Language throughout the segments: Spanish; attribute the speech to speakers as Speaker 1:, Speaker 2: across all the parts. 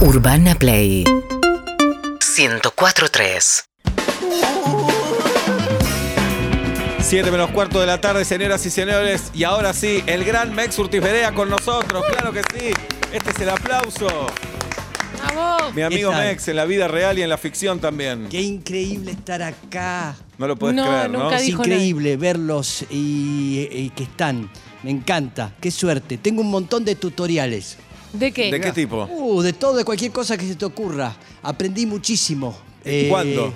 Speaker 1: Urbana Play 104.3
Speaker 2: 7 menos cuarto de la tarde, señoras y señores. Y ahora sí, el gran Mex Urtiz Berea con nosotros. Claro que sí. Este es el aplauso. Mi amigo
Speaker 3: ¿Qué tal?
Speaker 2: Mex en la vida real y en la ficción también.
Speaker 3: Qué increíble estar acá.
Speaker 2: No lo puedes
Speaker 4: No,
Speaker 2: creer, ¿no?
Speaker 4: nunca
Speaker 3: Es
Speaker 4: dijo
Speaker 3: increíble verlos y, y que están. Me encanta. Qué suerte. Tengo un montón de tutoriales.
Speaker 4: ¿De qué?
Speaker 2: ¿De qué tipo?
Speaker 3: Uh, de todo, de cualquier cosa que se te ocurra. Aprendí muchísimo. Eh,
Speaker 2: ¿Cuándo?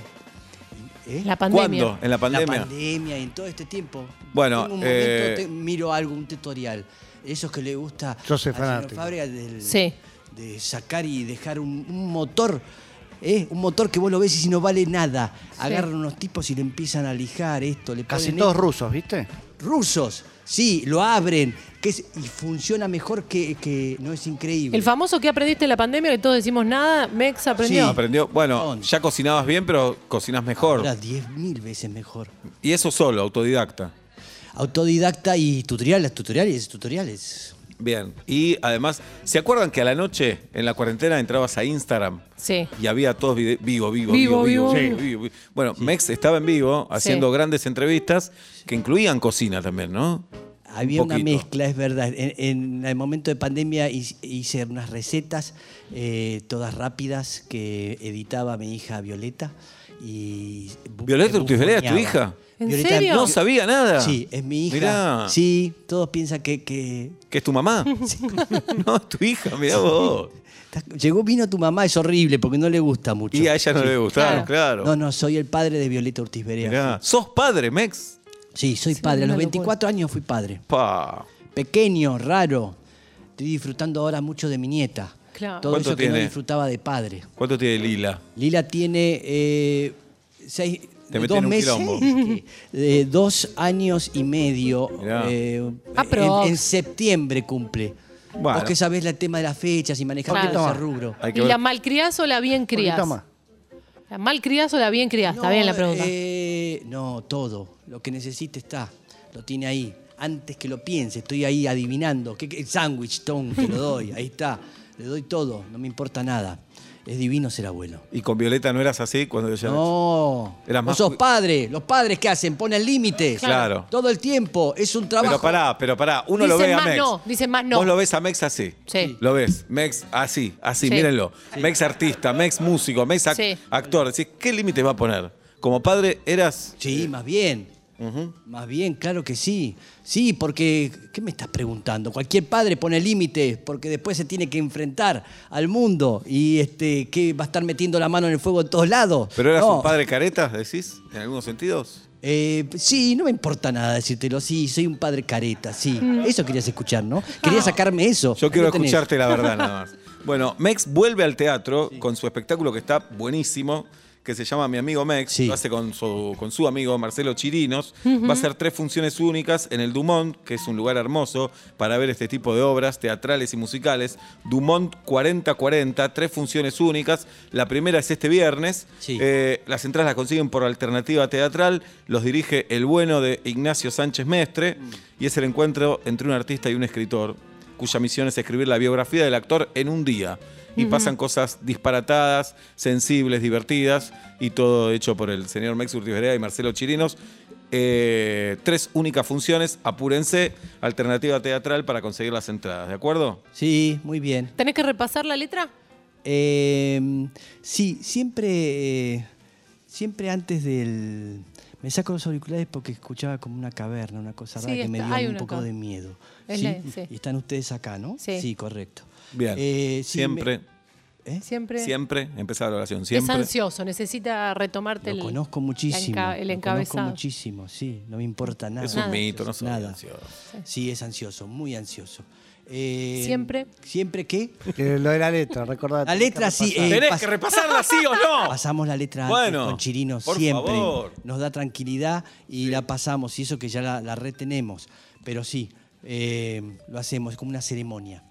Speaker 3: ¿eh?
Speaker 4: La pandemia.
Speaker 2: ¿Cuándo? ¿En la pandemia?
Speaker 3: La pandemia y en todo este tiempo.
Speaker 2: Bueno,
Speaker 3: Tengo un
Speaker 2: eh,
Speaker 3: momento, te- miro algo, un tutorial. Esos que le gusta
Speaker 5: Yo soy
Speaker 3: a Gino
Speaker 5: fanático.
Speaker 3: Fabregas del-
Speaker 4: Sí.
Speaker 3: de sacar y dejar un, un motor. ¿eh? Un motor que vos lo ves y si no vale nada. Agarran unos tipos y le empiezan a lijar esto. Le
Speaker 5: Casi
Speaker 3: ponen
Speaker 5: todos
Speaker 3: esto.
Speaker 5: rusos, ¿viste?
Speaker 3: rusos. Sí, lo abren. Que es- y funciona mejor que, que- No es increíble.
Speaker 4: El famoso que aprendiste en la pandemia, que todos decimos nada, Mex aprendió.
Speaker 3: Sí.
Speaker 2: Aprendió. Bueno,
Speaker 3: Montón.
Speaker 2: ya cocinabas bien, pero cocinas mejor.
Speaker 3: Ahora 10.000 veces mejor.
Speaker 2: Y eso solo, autodidacta.
Speaker 3: Autodidacta y tutoriales, tutoriales, tutoriales.
Speaker 2: Bien. Y además, ¿se acuerdan que a la noche en la cuarentena entrabas a Instagram?
Speaker 4: Sí.
Speaker 2: Y había todos vide- vivo, vivo, vivo,
Speaker 4: Vivo,
Speaker 2: vivo.
Speaker 4: vivo,
Speaker 2: vivo, vivo, vivo. Bueno, Mex estaba en vivo haciendo
Speaker 4: Sí.
Speaker 2: grandes entrevistas que incluían cocina también, ¿no?
Speaker 3: Había una
Speaker 2: poquito.
Speaker 3: mezcla, es verdad. En, en el momento de pandemia hice- hice unas recetas, eh, todas rápidas, que editaba mi hija Violeta. Y bu-
Speaker 2: ¿Violeta
Speaker 3: que
Speaker 2: Ortiz Vereda es tu
Speaker 3: bufoneaba.
Speaker 2: hija?
Speaker 4: ¿En serio?
Speaker 2: No sabía nada.
Speaker 3: Sí, es mi hija.
Speaker 2: Mirá.
Speaker 3: Sí, todos piensan que, que-
Speaker 2: ¿Que es tu mamá? no, es tu hija, mirá vos.
Speaker 3: Llegó, vino tu mamá, es horrible porque no le gusta mucho.
Speaker 2: Y a ella no le gustaron, claro.
Speaker 3: No, no, soy el padre de Violeta Ortiz
Speaker 2: Mirá.
Speaker 3: Vereda.
Speaker 2: ¿Sos padre, Mex?
Speaker 3: Sí, soy
Speaker 4: Sí,
Speaker 3: padre. A
Speaker 4: una
Speaker 3: los
Speaker 4: locura.
Speaker 3: 24 años fui padre.
Speaker 2: Pa.
Speaker 3: pequeño, raro. Estoy disfrutando ahora mucho de mi nieta.
Speaker 4: Claro.
Speaker 3: Todo
Speaker 2: ¿Cuánto
Speaker 3: eso que no
Speaker 2: tiene?
Speaker 3: disfrutaba de padre.
Speaker 2: ¿Cuánto tiene Lila?
Speaker 3: Lila tiene eh, seis,
Speaker 2: Te metí
Speaker 3: dos
Speaker 2: en un
Speaker 3: meses,
Speaker 2: quilombo.
Speaker 3: eh, dos años y medio.
Speaker 2: Mirá.
Speaker 3: eh,
Speaker 4: Aprox.
Speaker 3: en, en septiembre cumple.
Speaker 2: Bueno.
Speaker 3: Vos que sabés el tema de las fechas y manejás
Speaker 4: Claro.
Speaker 3: todo ese
Speaker 5: Toma.
Speaker 3: rubro.
Speaker 2: Hay que
Speaker 4: ¿Y
Speaker 2: ver.
Speaker 4: la malcriás o la bien criás?
Speaker 5: Poquito más.
Speaker 4: ¿La malcriás o la bien criás?
Speaker 3: No,
Speaker 4: Ah, está bien la pregunta.
Speaker 3: eh, no, todo. Lo que necesite está. Lo tiene ahí. Antes que lo piense, estoy ahí adivinando. ¿Qué, qué- el sándwich, Tom, que lo doy. Ahí está. Le doy todo. No me importa nada. Es divino ser abuelo.
Speaker 2: ¿Y con Violeta no eras así cuando ella...
Speaker 3: No.
Speaker 2: Eras más
Speaker 3: Vos sos
Speaker 2: cu-
Speaker 3: padre. Los padres que hacen, ponen límites.
Speaker 2: Claro.
Speaker 3: Todo el tiempo. Es un trabajo.
Speaker 2: Pero pará, pero pará. Uno lo
Speaker 4: Dicen
Speaker 2: ve a
Speaker 4: más
Speaker 2: Mex.
Speaker 4: no, dicen más no.
Speaker 2: Vos lo ves a Mex así.
Speaker 4: Sí.
Speaker 2: Lo ves. Mex así, así,
Speaker 4: Sí.
Speaker 2: mírenlo. Mex artista, Mex músico, Mex ac-
Speaker 4: Sí.
Speaker 2: actor. Decís, ¿qué límite va a poner? Como padre eras...
Speaker 3: Sí, más bien. Más bien, claro que sí. Sí, porque, ¿qué me estás preguntando? Cualquier padre pone límites, porque después se tiene que enfrentar al mundo y este, que va a estar metiendo la mano en el fuego en todos lados.
Speaker 2: ¿Pero eras
Speaker 3: No.
Speaker 2: un padre careta, decís? ¿En algunos sentidos?
Speaker 3: Eh, sí, no me importa nada decírtelo. Sí, soy un padre careta, sí. Eso querías escuchar, ¿no? Querías sacarme eso.
Speaker 2: Yo quiero
Speaker 3: Lo tenés.
Speaker 2: escucharte la verdad nada más. Bueno, Mex vuelve al teatro con su espectáculo que está buenísimo, que se llama Mi amigo Mex.
Speaker 3: Sí.
Speaker 2: Lo hace con su, con su amigo Marcelo Chirinos. Va a hacer tres funciones únicas en el Dumont, que es un lugar hermoso para ver este tipo de obras teatrales y musicales. Dumont 4040, tres funciones únicas. La primera es este viernes.
Speaker 3: Sí.
Speaker 2: Eh, las entradas las consiguen por alternativa teatral. Los dirige el bueno de Ignacio Sánchez Mestre.
Speaker 3: Mm.
Speaker 2: Y es el encuentro entre un artista y un escritor, cuya misión es escribir la biografía del actor en un día. Y pasan cosas disparatadas, sensibles, divertidas. Y todo hecho por el señor Mex Urtiz Berea y Marcelo Chirinos. Eh, tres únicas funciones. Apúrense. Alternativa teatral para conseguir las entradas. ¿De acuerdo?
Speaker 3: Sí, muy bien.
Speaker 4: ¿Tenés que repasar la letra?
Speaker 3: Eh, sí, siempre, eh, siempre antes del... Me saco los auriculares porque escuchaba como una caverna, una cosa
Speaker 4: Sí,
Speaker 3: rara que me
Speaker 4: está-
Speaker 3: dio
Speaker 4: hay
Speaker 3: un
Speaker 4: una
Speaker 3: poco
Speaker 4: ca-
Speaker 3: de miedo.
Speaker 4: Es
Speaker 3: ¿sí?
Speaker 4: la- sí.
Speaker 3: Y están ustedes acá, ¿no?
Speaker 4: Sí.
Speaker 3: correcto.
Speaker 2: Bien.
Speaker 3: Eh, sí,
Speaker 2: siempre,
Speaker 3: me- ¿eh?
Speaker 4: Siempre.
Speaker 2: siempre. Empezar la oración.
Speaker 4: Es
Speaker 2: Siempre.
Speaker 4: ansioso, necesita retomarte el.
Speaker 3: Lo conozco muchísimo.
Speaker 4: la enca- el
Speaker 3: lo
Speaker 4: encabezado.
Speaker 3: conozco muchísimo, sí. No me importa nada.
Speaker 2: Es un
Speaker 4: Nada.
Speaker 2: mito, no soy
Speaker 3: Nada.
Speaker 2: ansioso.
Speaker 3: Sí, es ansioso, muy ansioso. Eh,
Speaker 4: Siempre.
Speaker 3: ¿Siempre qué?
Speaker 5: Que lo de la letra, recordad.
Speaker 3: La letra sí, eh,
Speaker 2: ¿Tenés
Speaker 3: pas-
Speaker 2: que repasarla sí o no?
Speaker 3: Pasamos la letra antes
Speaker 2: Bueno,
Speaker 3: con Chirino
Speaker 2: por
Speaker 3: siempre.
Speaker 2: favor.
Speaker 3: Nos da tranquilidad y la pasamos, y eso que ya la, la retenemos. Pero sí, eh, lo hacemos, es como una ceremonia.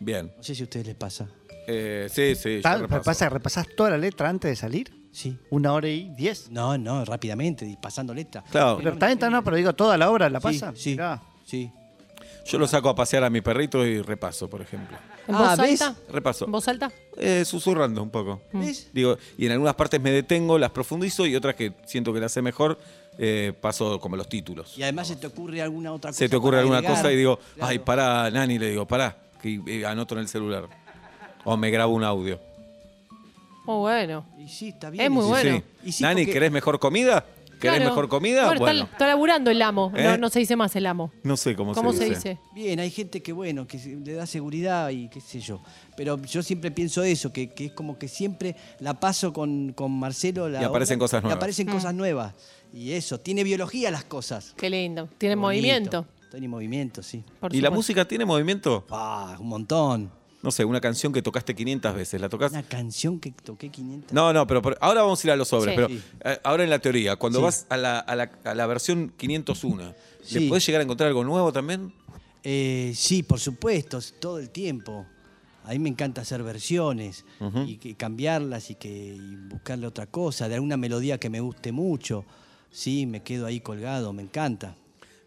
Speaker 2: Bien.
Speaker 3: No sé si a ustedes les pasa.
Speaker 2: Eh, sí, sí, yo
Speaker 5: Tal-
Speaker 2: repaso.
Speaker 5: pasa, ¿Repasás toda la letra antes de salir?
Speaker 3: Sí.
Speaker 5: ¿Una hora y diez?
Speaker 3: No, no, rápidamente, y pasando letra.
Speaker 2: Claro,
Speaker 5: Pero también está, no, pero digo, toda la obra la
Speaker 3: Sí,
Speaker 5: pasan.
Speaker 3: sí,
Speaker 5: Mirá.
Speaker 3: sí.
Speaker 2: yo lo saco a pasear a mi perrito y repaso, por ejemplo.
Speaker 4: ¿En
Speaker 3: Ah,
Speaker 4: voz
Speaker 3: ¿ves?
Speaker 4: alta?
Speaker 2: Repaso.
Speaker 4: ¿En voz alta?
Speaker 2: Eh, susurrando un poco.
Speaker 4: Mm.
Speaker 3: ¿Ves?
Speaker 2: Digo, y en algunas partes me detengo, las profundizo y otras que siento que las sé mejor, eh, paso como los títulos.
Speaker 3: Y además se te ocurre alguna otra cosa.
Speaker 2: Se te ocurre
Speaker 3: para
Speaker 2: alguna
Speaker 3: agregar.
Speaker 2: cosa y digo,
Speaker 3: Claro.
Speaker 2: ay, pará, Nani, le digo, pará, que eh, anoto en el celular. O me grabo un audio.
Speaker 4: Oh, bueno.
Speaker 3: Y sí, está bien.
Speaker 4: Es muy
Speaker 3: eso.
Speaker 2: Sí,
Speaker 4: bueno.
Speaker 2: sí.
Speaker 3: Y sí,
Speaker 2: Nani,
Speaker 3: porque-
Speaker 2: ¿querés mejor comida? ¿Querés
Speaker 4: Claro.
Speaker 2: mejor comida?
Speaker 4: Bueno, está-
Speaker 2: Bueno,
Speaker 4: Está, laburando el amo.
Speaker 2: ¿Eh?
Speaker 4: No, no se dice más el amo.
Speaker 2: no sé cómo,
Speaker 4: ¿Cómo se dice?
Speaker 3: Bien, hay gente que, bueno, que se- le da seguridad y qué sé yo. Pero yo siempre pienso eso, que, que es como que siempre la paso con, con Marcelo. La
Speaker 2: Y aparecen
Speaker 3: obra,
Speaker 2: cosas
Speaker 3: y
Speaker 2: nuevas.
Speaker 3: aparecen
Speaker 4: Mm.
Speaker 3: cosas nuevas. Y eso, tiene biología las cosas.
Speaker 4: Qué lindo. Tiene
Speaker 3: Bonito.
Speaker 4: movimiento.
Speaker 3: Tiene movimiento, sí.
Speaker 4: por
Speaker 2: ¿Y la
Speaker 4: supuesto.
Speaker 2: música tiene movimiento?
Speaker 3: Ah, un montón.
Speaker 2: No sé, una canción que tocaste 500 veces, la tocas.
Speaker 3: Una canción que toqué 500.
Speaker 2: No, no, pero, pero ahora vamos a ir a los sobres,
Speaker 4: Sí.
Speaker 2: pero
Speaker 3: Sí.
Speaker 2: eh, ahora en la teoría, cuando
Speaker 3: Sí.
Speaker 2: vas a la, a la- a la versión 501, ¿le
Speaker 3: Sí.
Speaker 2: podés llegar a encontrar algo nuevo también?
Speaker 3: Eh, sí, por supuesto, todo el tiempo. A mí me encanta hacer versiones y, que- cambiarlas y, que, y buscarle otra cosa, de alguna melodía que me guste mucho. Sí, me quedo ahí colgado, me encanta.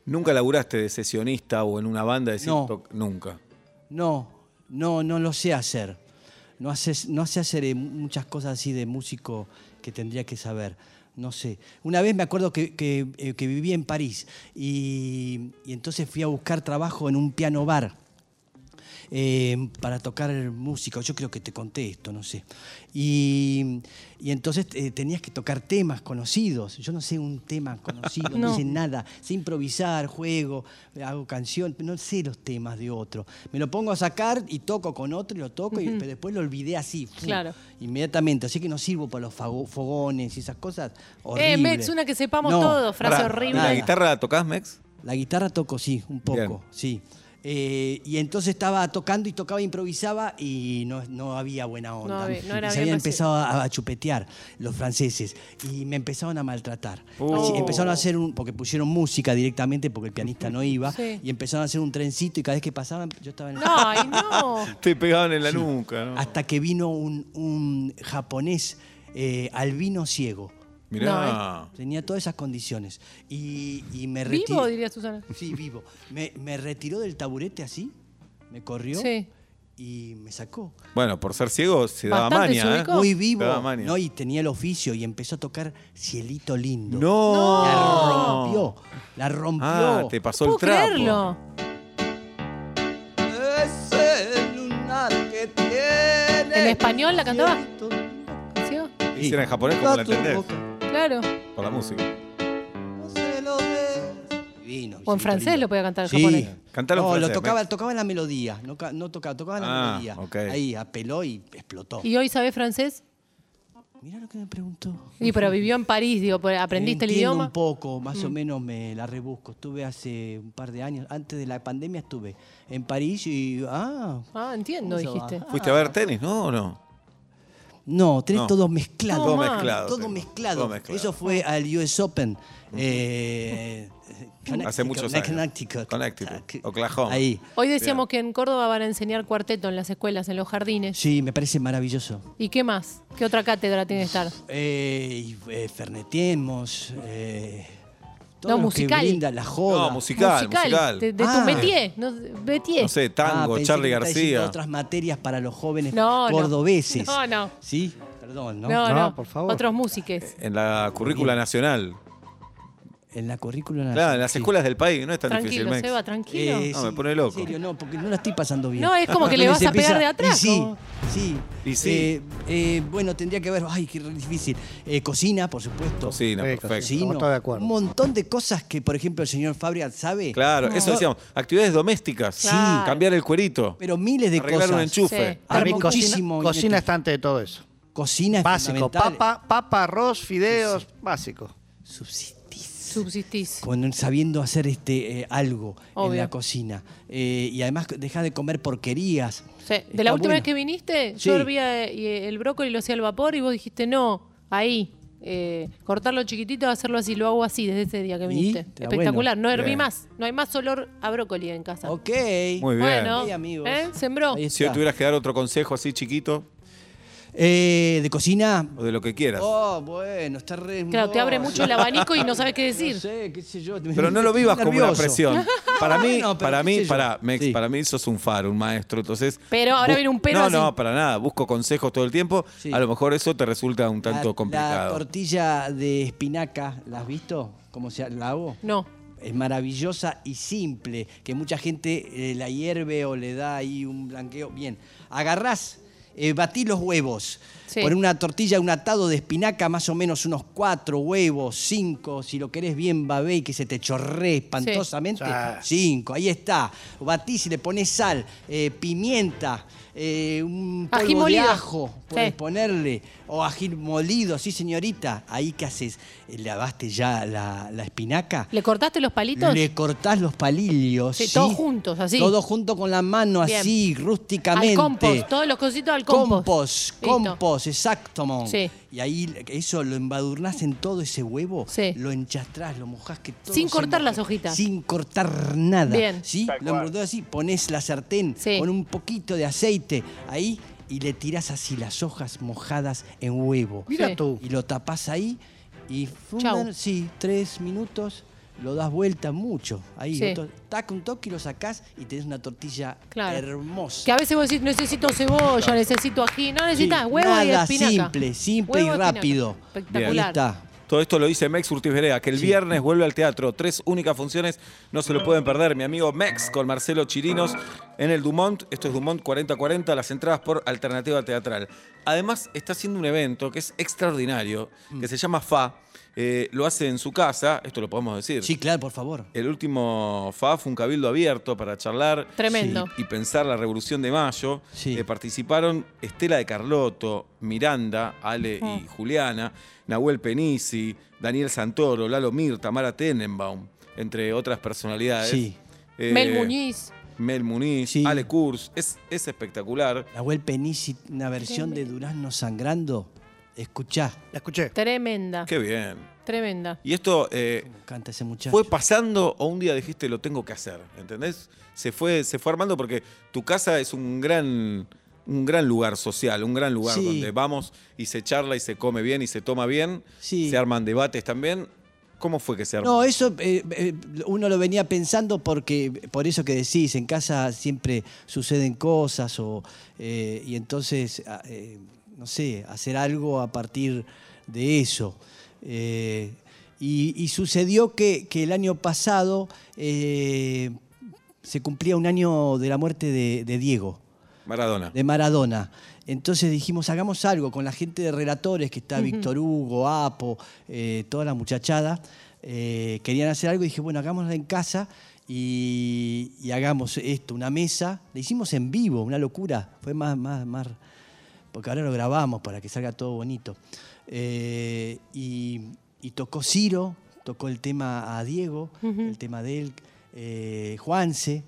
Speaker 2: ¿Nunca laburaste de sesionista o en una banda? De
Speaker 3: No.
Speaker 2: to- Nunca.
Speaker 3: No, no, no lo sé hacer. No, haces- no sé hacer eh, muchas cosas así de músico que tendría que saber. No sé. Una vez me acuerdo que, que, eh, que viví en París y, y entonces fui a buscar trabajo en un piano bar eh, para tocar música. Yo creo que te conté esto, no sé. Y, y entonces eh, tenías que tocar temas conocidos. Yo no sé un tema conocido, no.
Speaker 4: No.
Speaker 3: sé nada. Sé improvisar, juego, hago canción, no sé los temas de otro. Me lo pongo a sacar y toco con otro y lo toco, y, pero después lo olvidé así. fu,
Speaker 4: Claro.
Speaker 3: Inmediatamente. Así que no sirvo para los fago- fogones y esas cosas. Horrible.
Speaker 4: Eh, Mex, una que sepamos
Speaker 3: No.
Speaker 4: todos. Frase
Speaker 2: Pará,
Speaker 4: horrible.
Speaker 2: ¿La guitarra la tocás, Mex?
Speaker 3: La guitarra toco, sí, un poco,
Speaker 2: Bien.
Speaker 3: sí. Eh, y entonces estaba tocando y tocaba, improvisaba y no, no había buena onda.
Speaker 4: había- no era
Speaker 3: Y se
Speaker 4: bien recibido.
Speaker 3: habían empezado a, a chupetear los franceses y me empezaron a maltratar.
Speaker 2: Oh.
Speaker 3: Así, empezaron a hacer un, porque pusieron música directamente porque el pianista no iba
Speaker 4: Sí.
Speaker 3: y empezaron a hacer un trencito y cada vez que pasaban yo estaba en el...
Speaker 4: No, ay, no.
Speaker 2: Te pegaban en la nuca, ¿no?
Speaker 3: Hasta que vino un, un japonés eh, albino ciego.
Speaker 2: Mirá.
Speaker 4: eh.
Speaker 3: Tenía todas esas condiciones y, y me retiró.
Speaker 4: Vivo, diría Susana.
Speaker 3: Sí, vivo. Me, me retiró del taburete así, me corrió
Speaker 4: Sí.
Speaker 3: y me sacó.
Speaker 2: Bueno, por ser ciego se daba
Speaker 4: Bastante se
Speaker 2: maña, ¿eh?
Speaker 4: ubicó.
Speaker 3: Muy vivo.
Speaker 2: Daba maña.
Speaker 3: No, y tenía el oficio y empezó a tocar Cielito Lindo. La
Speaker 2: ¡No!
Speaker 3: rompió. La rompió.
Speaker 2: Ah, te pasó el
Speaker 4: Puedo
Speaker 2: trapo.
Speaker 4: creerlo.
Speaker 3: Ese lunar que tiene.
Speaker 4: ¿En español la cantaba?
Speaker 3: Cielito-
Speaker 4: ¿Sí?
Speaker 2: Dicen en japonés como la
Speaker 3: Tu
Speaker 2: entendés,
Speaker 3: boca,
Speaker 4: Claro.
Speaker 2: por la música.
Speaker 3: no se lo des. Divino,
Speaker 4: O en
Speaker 3: Cielito
Speaker 4: francés
Speaker 3: Lindo.
Speaker 4: lo podía cantar en
Speaker 3: Sí.
Speaker 4: japonés.
Speaker 2: Cantalo en
Speaker 3: no, lo
Speaker 2: francés,
Speaker 3: tocaba,
Speaker 2: Max.
Speaker 3: tocaba la melodía, no, ca- no tocaba, tocaba la
Speaker 2: Ah,
Speaker 3: melodía.
Speaker 2: ok.
Speaker 3: Ahí apeló y explotó.
Speaker 4: ¿Y hoy sabés francés?
Speaker 3: Mira lo que me preguntó.
Speaker 4: Y pero vivió en París, digo, por- ¿aprendiste el
Speaker 3: Entiendo
Speaker 4: idioma? Mm.
Speaker 3: un poco, más o menos me la rebusco. Estuve hace un par de años, antes de la pandemia estuve en París y... Ah,
Speaker 4: Ah, entiendo,
Speaker 3: Eso
Speaker 4: dijiste.
Speaker 3: va.
Speaker 2: ¿Fuiste a ver tenis, no o no?
Speaker 3: no, tenés
Speaker 2: No.
Speaker 3: todo mezclado.
Speaker 4: Todo
Speaker 2: mezclado
Speaker 3: Todo
Speaker 2: tengo,
Speaker 3: mezclado.
Speaker 2: todo mezclado.
Speaker 3: Eso fue al US Open. eh, Connecticut,
Speaker 2: Hace muchos años.
Speaker 3: Connecticut. Ah,
Speaker 2: Connecticut, Oklahoma.
Speaker 3: Ahí.
Speaker 4: Hoy decíamos que en Córdoba van a enseñar cuarteto en las escuelas, en los jardines.
Speaker 3: Sí, me parece maravilloso.
Speaker 4: ¿Y qué más? ¿Qué otra cátedra tiene que estar?
Speaker 3: Eh, y, eh, Fernetiemos, eh, todo
Speaker 4: No,
Speaker 3: lo
Speaker 4: musical.
Speaker 3: que brinda la joda.
Speaker 2: No, musical, musical.
Speaker 4: De, de
Speaker 3: Ah.
Speaker 4: tu métier. No, métier.
Speaker 2: No sé,
Speaker 3: Ah,
Speaker 2: tango,
Speaker 3: pensé
Speaker 2: Charlie
Speaker 3: que me estaba diciendo
Speaker 2: García.
Speaker 3: otras materias para los jóvenes
Speaker 4: No, no.
Speaker 3: cordobeses.
Speaker 4: No, no.
Speaker 3: ¿Sí? Perdón, ¿no?
Speaker 4: No, no,
Speaker 5: No, por favor.
Speaker 4: Otros músiques.
Speaker 2: En la currícula nacional.
Speaker 3: Ah, En la currícula
Speaker 2: Claro, en las escuelas del país no es tan
Speaker 4: Tranquilo,
Speaker 2: difícil, Max.
Speaker 4: Seba, tranquilo.
Speaker 2: No, me pone loco.
Speaker 3: En serio, no, porque no la estoy pasando bien.
Speaker 4: No, es como que le
Speaker 3: Me
Speaker 4: vas a
Speaker 3: empieza-
Speaker 4: pegar de atrás,
Speaker 3: Y sí,
Speaker 4: como-
Speaker 3: sí.
Speaker 2: Y sí.
Speaker 3: Eh, eh, bueno, tendría que ver, ay, qué re difícil. Eh, cocina, por supuesto.
Speaker 2: Cocina,
Speaker 5: Perfecto.
Speaker 2: perfecto.
Speaker 3: Cocino.
Speaker 5: Estamos todos de acuerdo.
Speaker 3: Un montón de cosas que, por ejemplo, el señor Fabriat sabe.
Speaker 2: Claro, eso decíamos. Actividades domésticas.
Speaker 4: Sí.
Speaker 2: Cambiar el cuerito.
Speaker 3: Pero miles de
Speaker 2: arreglar un
Speaker 3: cosas.
Speaker 2: enchufe.
Speaker 4: Sí.
Speaker 3: Arma
Speaker 5: También
Speaker 3: muchísimo
Speaker 5: cocina, cocina
Speaker 3: inútil.
Speaker 5: está ante todo eso.
Speaker 3: Cocina es
Speaker 5: Básico.
Speaker 3: fundamental.
Speaker 5: Papa, papa, arroz, fideos, básico.
Speaker 3: Subsistís.
Speaker 4: Subsistís.
Speaker 3: con- sabiendo hacer este eh, algo
Speaker 4: Obvio.
Speaker 3: en la cocina. Eh, y además deja de comer porquerías.
Speaker 4: Sí, De
Speaker 3: Está
Speaker 4: la última
Speaker 3: bueno.
Speaker 4: vez que viniste,
Speaker 3: Sí.
Speaker 4: yo hervía eh, y el brócoli lo hacía al vapor y vos dijiste, no, ahí, eh, cortarlo chiquitito, hacerlo así, lo hago así desde ese día que
Speaker 3: Y Ah,
Speaker 4: viniste.
Speaker 3: está
Speaker 4: Espectacular, no herví
Speaker 2: Bien.
Speaker 4: más, no hay más olor a brócoli en casa.
Speaker 3: Ok.
Speaker 2: Muy bien.
Speaker 4: Bueno,
Speaker 3: Ahí, amigos.
Speaker 4: ¿eh? sembró.
Speaker 3: Ahí
Speaker 2: Si
Speaker 3: está.
Speaker 2: tuvieras que dar otro consejo así chiquito,
Speaker 3: Eh, de cocina.
Speaker 2: O de lo que quieras.
Speaker 3: Oh, bueno, está re.
Speaker 4: Claro, te abre
Speaker 3: no,
Speaker 4: mucho el abanico y no sabes qué decir.
Speaker 3: No sé, qué sé yo.
Speaker 2: Pero no lo vivas como una
Speaker 3: Nervioso.
Speaker 2: presión. Para mí,
Speaker 3: Bueno, pero
Speaker 2: para
Speaker 3: qué
Speaker 2: mí,
Speaker 3: sé yo.
Speaker 2: para, Mex,
Speaker 3: Sí.
Speaker 2: para mí sos un faro, un maestro. Entonces.
Speaker 4: Pero ahora
Speaker 2: bu-
Speaker 4: viene un pero
Speaker 2: No,
Speaker 4: así.
Speaker 2: no, para nada. Busco consejos todo el tiempo.
Speaker 3: Sí.
Speaker 2: A lo mejor eso te resulta un tanto
Speaker 3: La- La
Speaker 2: complicado.
Speaker 3: tortilla de espinaca, ¿la has visto? ¿Cómo se la hago?
Speaker 4: No.
Speaker 3: Es maravillosa y simple, que mucha gente eh, la hierve o le da ahí un blanqueo. Bien, agarrás, eh, batí los huevos.
Speaker 4: Sí.
Speaker 3: Pon una tortilla, un atado de espinaca, más o menos unos cuatro huevos, cinco, si lo querés bien babé y que se te chorree espantosamente.
Speaker 5: Ya.
Speaker 3: Cinco, ahí está. Batís y le pones sal, eh, pimienta, eh, un
Speaker 4: Ají
Speaker 3: polvo de
Speaker 4: molido.
Speaker 3: ajo, podés
Speaker 4: Sí.
Speaker 3: ponerle, o ají molido, sí señorita. Ahí que haces, ¿Eh, lavaste ya la, la espinaca,
Speaker 4: ¿Le cortaste los palitos?
Speaker 3: le cortás los palillos.
Speaker 4: Sí, todos juntos, así.
Speaker 3: Todo junto con la mano,
Speaker 4: Bien.
Speaker 3: así, rústicamente.
Speaker 4: Al compost, todos los cositos al compost.
Speaker 3: Compost,
Speaker 4: Listo.
Speaker 3: compost, exacto, mon.
Speaker 4: Sí.
Speaker 3: Y ahí eso lo embadurnás en todo ese huevo,
Speaker 4: Sí.
Speaker 3: lo enchastrás, lo mojás que todo
Speaker 4: Sin
Speaker 3: se
Speaker 4: cortar
Speaker 3: moje.
Speaker 4: las hojitas.
Speaker 3: Sin cortar nada.
Speaker 4: Bien.
Speaker 3: ¿sí? Lo embadurnás así, pones la sartén
Speaker 4: Sí.
Speaker 3: con un poquito de aceite ahí y le tirás así las hojas mojadas en huevo.
Speaker 5: Mira
Speaker 4: Sí.
Speaker 5: tú.
Speaker 3: Y lo tapás ahí y fundan,
Speaker 4: Chau.
Speaker 3: sí, tres minutos, lo das vuelta mucho. Ahí,
Speaker 4: Sí.
Speaker 3: otro- tac, un toque y lo sacás y tenés una tortilla
Speaker 4: Claro.
Speaker 3: hermosa.
Speaker 4: Que a veces vos decís, necesito cebolla, necesito ají. No
Speaker 3: Sí,
Speaker 4: necesitas huevo y
Speaker 3: nada,
Speaker 4: espinaca.
Speaker 3: simple, simple
Speaker 4: Huevo
Speaker 3: y
Speaker 4: espinaca.
Speaker 3: rápido.
Speaker 4: Espectacular.
Speaker 3: Ahí está.
Speaker 2: Todo esto lo dice Mex Urtiz Berea, que el viernes vuelve al teatro. Tres únicas funciones, no se lo pueden perder. Mi amigo Mex con Marcelo Chirinos en el Dumont. Esto es Dumont 4040, las entradas por Alternativa Teatral. Además, está haciendo un evento que es extraordinario, que se llama FA. Eh, lo hace en su casa, esto lo podemos decir.
Speaker 3: Sí, claro, por favor.
Speaker 2: El último FA fue un cabildo abierto para charlar
Speaker 4: Tremendo.
Speaker 2: y, y pensar la Revolución de Mayo.
Speaker 3: Sí.
Speaker 2: Eh, participaron Estela de Carlotto, Miranda, Ale y Juliana, Nahuel Penisi, Daniel Santoro, Lalo Mir, Tamara Tenenbaum, entre otras personalidades.
Speaker 3: Sí.
Speaker 2: Eh,
Speaker 4: Mel Muñiz.
Speaker 2: Mel Muniz,
Speaker 3: Sí.
Speaker 2: Ale Kurz. Es, es espectacular.
Speaker 3: Nahuel Penisi, una versión de Durazno sangrando. Escuchá,
Speaker 5: La escuché.
Speaker 4: Tremenda.
Speaker 2: Qué bien.
Speaker 4: Tremenda.
Speaker 2: Y esto eh,
Speaker 3: me encanta ese muchacho.
Speaker 2: fue pasando o un día dijiste lo tengo que hacer, ¿entendés? Se fue, se fue armando porque tu casa es un gran, un gran lugar social, un gran lugar
Speaker 3: Sí.
Speaker 2: donde vamos y se charla y se come bien y se toma bien,
Speaker 3: Sí.
Speaker 2: se arman debates también. ¿Cómo fue que se armó?
Speaker 3: No, eso eh, eh, uno lo venía pensando porque, por eso que decís, en casa siempre suceden cosas o, eh, y entonces, a- eh, no sé, hacer algo a partir de eso. Eh, y, y sucedió que, que el año pasado eh, se cumplía un año de la muerte de- de Diego
Speaker 2: Maradona.
Speaker 3: de Maradona. Entonces dijimos, hagamos algo con la gente de relatores, que está Víctor Hugo, Apo, eh, toda la muchachada. eh, querían hacer algo y dije, bueno, hagámosla en casa y, y hagamos esto, una mesa. La hicimos en vivo, una locura. Fue más, más, más. Porque ahora lo grabamos para que salga todo bonito. Eh, y, y tocó Ciro, tocó el tema a Diego, el tema de él, eh, Juanse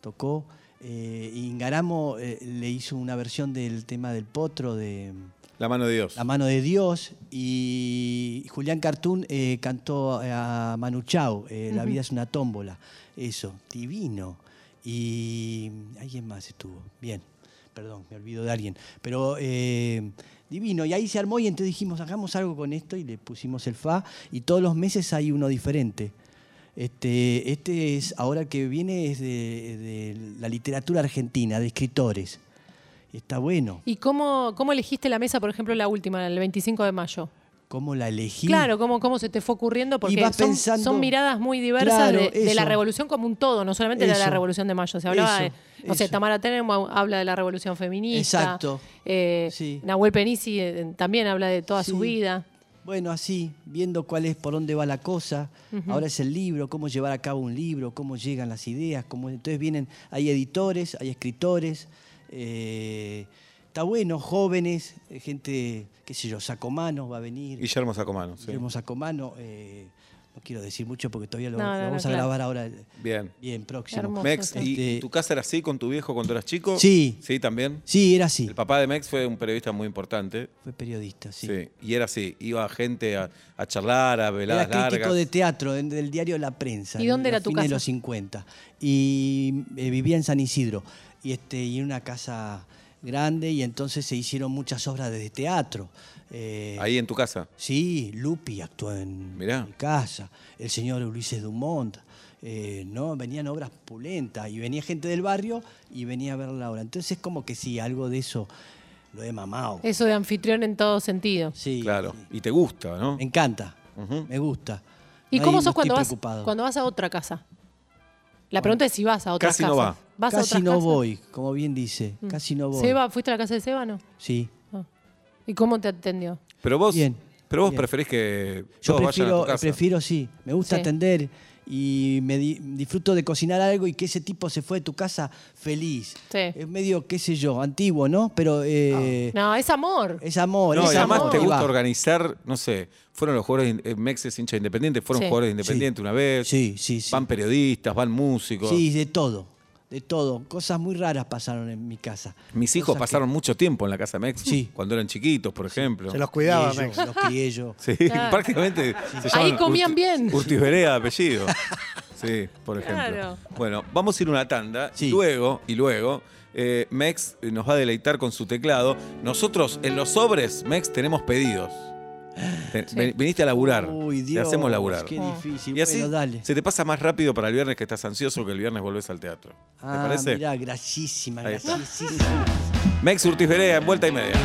Speaker 3: tocó. Eh, Ingaramo eh, le hizo una versión del tema del potro de
Speaker 2: La mano de Dios.
Speaker 3: La mano de Dios y Julián Cartún eh, cantó a Manu Chao, eh, La vida es una tómbola, eso, divino. Y alguien más estuvo, bien, perdón, me olvido de alguien, pero eh, divino. Y ahí se armó y entonces dijimos, hagamos algo con esto y le pusimos el fa y todos los meses hay uno diferente. Este, este es, ahora el que viene es de, de la literatura argentina, de escritores. Está bueno.
Speaker 4: ¿Y cómo, cómo elegiste la mesa, por ejemplo, la última, el 25 de mayo?
Speaker 3: ¿Cómo la elegí?
Speaker 4: Claro, cómo, cómo se te fue ocurriendo, porque
Speaker 3: Y vas
Speaker 4: son,
Speaker 3: pensando-
Speaker 4: son miradas muy diversas
Speaker 3: Claro,
Speaker 4: de, de la
Speaker 3: eso.
Speaker 4: revolución como un todo, no solamente de la
Speaker 3: Eso.
Speaker 4: revolución de mayo. Se hablaba
Speaker 3: Eso,
Speaker 4: de. No sé,
Speaker 3: eso.
Speaker 4: Tamara Tenenbaum habla de la revolución feminista.
Speaker 3: Exacto.
Speaker 4: Eh,
Speaker 3: Sí.
Speaker 4: Nahuel Penisi eh, también habla de toda su
Speaker 3: Sí.
Speaker 4: vida.
Speaker 3: Bueno, así, viendo cuál es, por dónde va la cosa. Ahora es el libro, cómo llevar a cabo un libro, cómo llegan las ideas, cómo entonces vienen, hay editores, hay escritores, eh, está bueno, jóvenes, eh, gente, qué sé yo, Sacomano va a venir,
Speaker 2: Guillermo Sacomano. sí.
Speaker 3: Guillermo Sacomano, eh, no quiero decir mucho porque todavía lo,
Speaker 4: No,
Speaker 3: lo
Speaker 4: no,
Speaker 3: vamos
Speaker 4: no,
Speaker 3: a
Speaker 4: claro.
Speaker 3: grabar ahora. el-
Speaker 2: Bien.
Speaker 3: Bien, próximo.
Speaker 4: Hermoso.
Speaker 2: Mex, ¿y
Speaker 3: Este-
Speaker 2: tu casa era así con tu viejo cuando eras chico?
Speaker 3: Sí.
Speaker 2: Sí, también.
Speaker 3: Sí, era así.
Speaker 2: El papá de Mex fue un periodista muy importante.
Speaker 3: Fue periodista,
Speaker 2: Sí.
Speaker 3: sí.
Speaker 2: Y era así. Iba gente a, a charlar, a veladas
Speaker 3: Era crítico
Speaker 2: largas.
Speaker 3: de teatro en- del diario La Prensa.
Speaker 4: ¿Y
Speaker 3: en
Speaker 4: dónde
Speaker 3: los
Speaker 4: era tu
Speaker 3: fines de
Speaker 4: casa?
Speaker 3: los 50. Y eh, vivía en San Isidro. Y, este, y en una casa grande y entonces se hicieron muchas obras de teatro. Eh,
Speaker 2: Ahí en tu casa.
Speaker 3: Sí, Lupi actuó en
Speaker 2: Mirá.
Speaker 3: mi casa, el señor Ulises Dumont. eh, no, venían obras pulentas y venía gente del barrio y venía a ver la obra. Entonces, como que sí, algo de eso lo he mamado.
Speaker 4: Eso de anfitrión en todo sentido.
Speaker 3: Sí,
Speaker 2: Claro. Y te gusta, ¿no?
Speaker 3: me encanta, me gusta.
Speaker 4: ¿Y
Speaker 3: No hay-
Speaker 4: cómo
Speaker 3: no
Speaker 4: sos cuando
Speaker 3: estoy
Speaker 4: vas,
Speaker 3: preocupado.
Speaker 4: cuando vas a otra casa? La pregunta es si vas a otra
Speaker 2: Casi
Speaker 4: casa.
Speaker 2: no va.
Speaker 4: ¿Vas a
Speaker 3: Casi
Speaker 4: otras
Speaker 3: no
Speaker 4: casas? Mm.
Speaker 3: voy, como bien dice, casi no voy.
Speaker 4: Seba, ¿fuiste a la casa de Seba no?
Speaker 3: Sí.
Speaker 4: Ah. ¿Y cómo te atendió?
Speaker 2: Pero vos,
Speaker 3: Bien,
Speaker 2: pero vos
Speaker 3: bien.
Speaker 2: preferís que todos
Speaker 3: Yo
Speaker 2: vayan a tu
Speaker 3: prefiero,
Speaker 2: casa.
Speaker 3: prefiero sí, me gusta
Speaker 4: Sí.
Speaker 3: atender y me di- disfruto de cocinar algo y que ese tipo se fue de tu casa feliz.
Speaker 4: Sí.
Speaker 3: Es medio, qué sé yo, antiguo, ¿no? Pero eh,
Speaker 4: Ah. No, es amor.
Speaker 3: es amor,
Speaker 2: No,
Speaker 3: es
Speaker 2: y además
Speaker 3: amor.
Speaker 2: te gusta
Speaker 3: Va.
Speaker 2: organizar, no sé, fueron los jugadores, de- eh, Mex es hincha de independiente, fueron
Speaker 4: Sí.
Speaker 2: jugadores de independiente
Speaker 3: Sí.
Speaker 2: una vez,
Speaker 3: Sí, sí, sí.
Speaker 2: van periodistas, van músicos.
Speaker 3: Sí, de todo, de todo. Cosas muy raras pasaron en mi casa.
Speaker 2: Mis hijos
Speaker 3: Cosas
Speaker 2: pasaron mucho tiempo en la casa de Mex,
Speaker 3: Sí.
Speaker 2: cuando eran chiquitos, por ejemplo.
Speaker 5: Se los
Speaker 3: que
Speaker 5: cuidaba,
Speaker 3: crié
Speaker 5: Mex.
Speaker 3: yo, Los crié yo.
Speaker 2: Sí,
Speaker 4: Claro.
Speaker 2: prácticamente. se
Speaker 4: Ahí
Speaker 2: llaman
Speaker 4: comían
Speaker 2: Urti-
Speaker 4: bien.
Speaker 2: Urtiz Berea, de apellido. Sí, por ejemplo.
Speaker 4: Claro.
Speaker 2: Bueno, vamos a ir a una tanda.
Speaker 3: Sí.
Speaker 2: Y luego, y luego, eh, Mex nos va a deleitar con su teclado. Nosotros, en los sobres, Mex, tenemos pedidos. Te- ven- Viniste a laburar.
Speaker 3: Uy,
Speaker 2: Te
Speaker 3: Dios,
Speaker 2: hacemos laburar.
Speaker 3: qué
Speaker 4: Ah.
Speaker 3: difícil.
Speaker 2: Y así
Speaker 3: Bueno, dale.
Speaker 2: se te pasa más rápido para el viernes que estás ansioso que el viernes volvés al teatro.
Speaker 3: Ah,
Speaker 2: ¿Te parece?
Speaker 3: mirá, grasísima,
Speaker 2: Ahí está.
Speaker 3: grasísima.
Speaker 2: Mex Urtiz Berea en vuelta y media.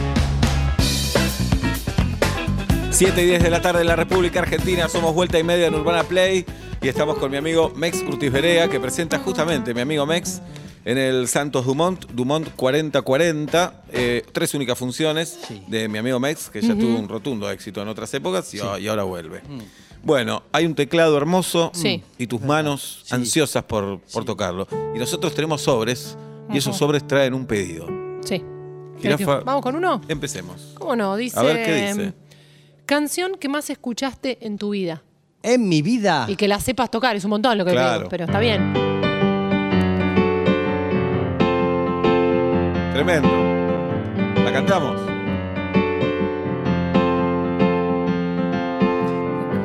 Speaker 2: 7 y 10 de la tarde en la República Argentina, somos vuelta y media en Urbana Play y estamos con mi amigo Mex Urtiz Berea que presenta justamente mi amigo Mex en el Santos Dumont, Dumont 4040, eh, tres únicas funciones
Speaker 3: Sí.
Speaker 2: de mi amigo Mex que ya tuvo un rotundo éxito en otras épocas y, y ahora vuelve.
Speaker 3: Mm.
Speaker 2: Bueno, hay un teclado hermoso
Speaker 4: Sí.
Speaker 2: y tus manos
Speaker 3: Sí.
Speaker 2: ansiosas por, por tocarlo. Y nosotros tenemos sobres y esos sobres traen un pedido.
Speaker 4: Sí.
Speaker 2: Jirafa-
Speaker 4: ¿Vamos con uno?
Speaker 2: Empecemos.
Speaker 4: ¿Cómo no? Dice, em,
Speaker 2: A ver qué dice.
Speaker 4: Canción que más escuchaste en tu vida.
Speaker 3: En mi vida.
Speaker 4: Y que la sepas tocar, es un montón lo que
Speaker 2: Claro.
Speaker 4: digo, pero está bien.
Speaker 3: Mm.
Speaker 2: Tremendo. La cantamos.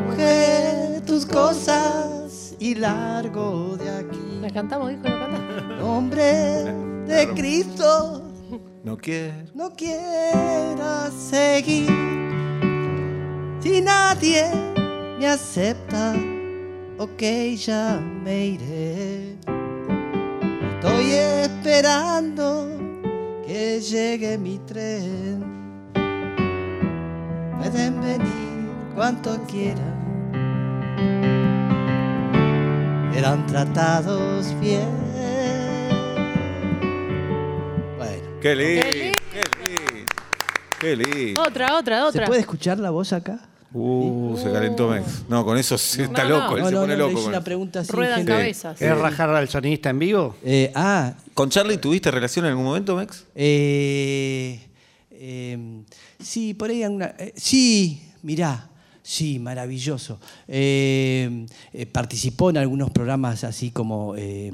Speaker 3: Coge tus cosas y largo de
Speaker 4: ¿La
Speaker 3: aquí.
Speaker 4: cantamos, dijo? ¿La cantamos?
Speaker 3: Nombre de Cristo,
Speaker 2: No quiero.
Speaker 3: no quieras seguir. Si nadie me acepta, ok, ya me iré. Estoy esperando que llegue mi tren. Pueden venir cuanto quieran. eran tratados bien. Bueno.
Speaker 2: Qué lindo.
Speaker 4: Qué lindo.
Speaker 2: Qué lindo. Qué lindo.
Speaker 4: Otra, otra, otra.
Speaker 3: ¿Se puede escuchar la voz acá?
Speaker 2: Uh, se calentó Mex. No, con eso se- está
Speaker 4: no,
Speaker 2: loco.
Speaker 4: no.
Speaker 2: Él Pues se pone
Speaker 3: le
Speaker 2: loco.
Speaker 3: hice
Speaker 2: con
Speaker 3: una
Speaker 2: eso.
Speaker 3: pregunta así.
Speaker 4: Ruedan
Speaker 3: ingenua.
Speaker 4: cabezas.
Speaker 5: ¿Quieres rajar al sonidista en vivo?
Speaker 3: Eh, ah,
Speaker 2: ¿Con Charlie tuviste relación en algún momento, Mex?
Speaker 3: eh, eh, sí, por ahí alguna. eh, sí, mirá. Sí, maravilloso. Eh, eh, participó en algunos programas así como eh,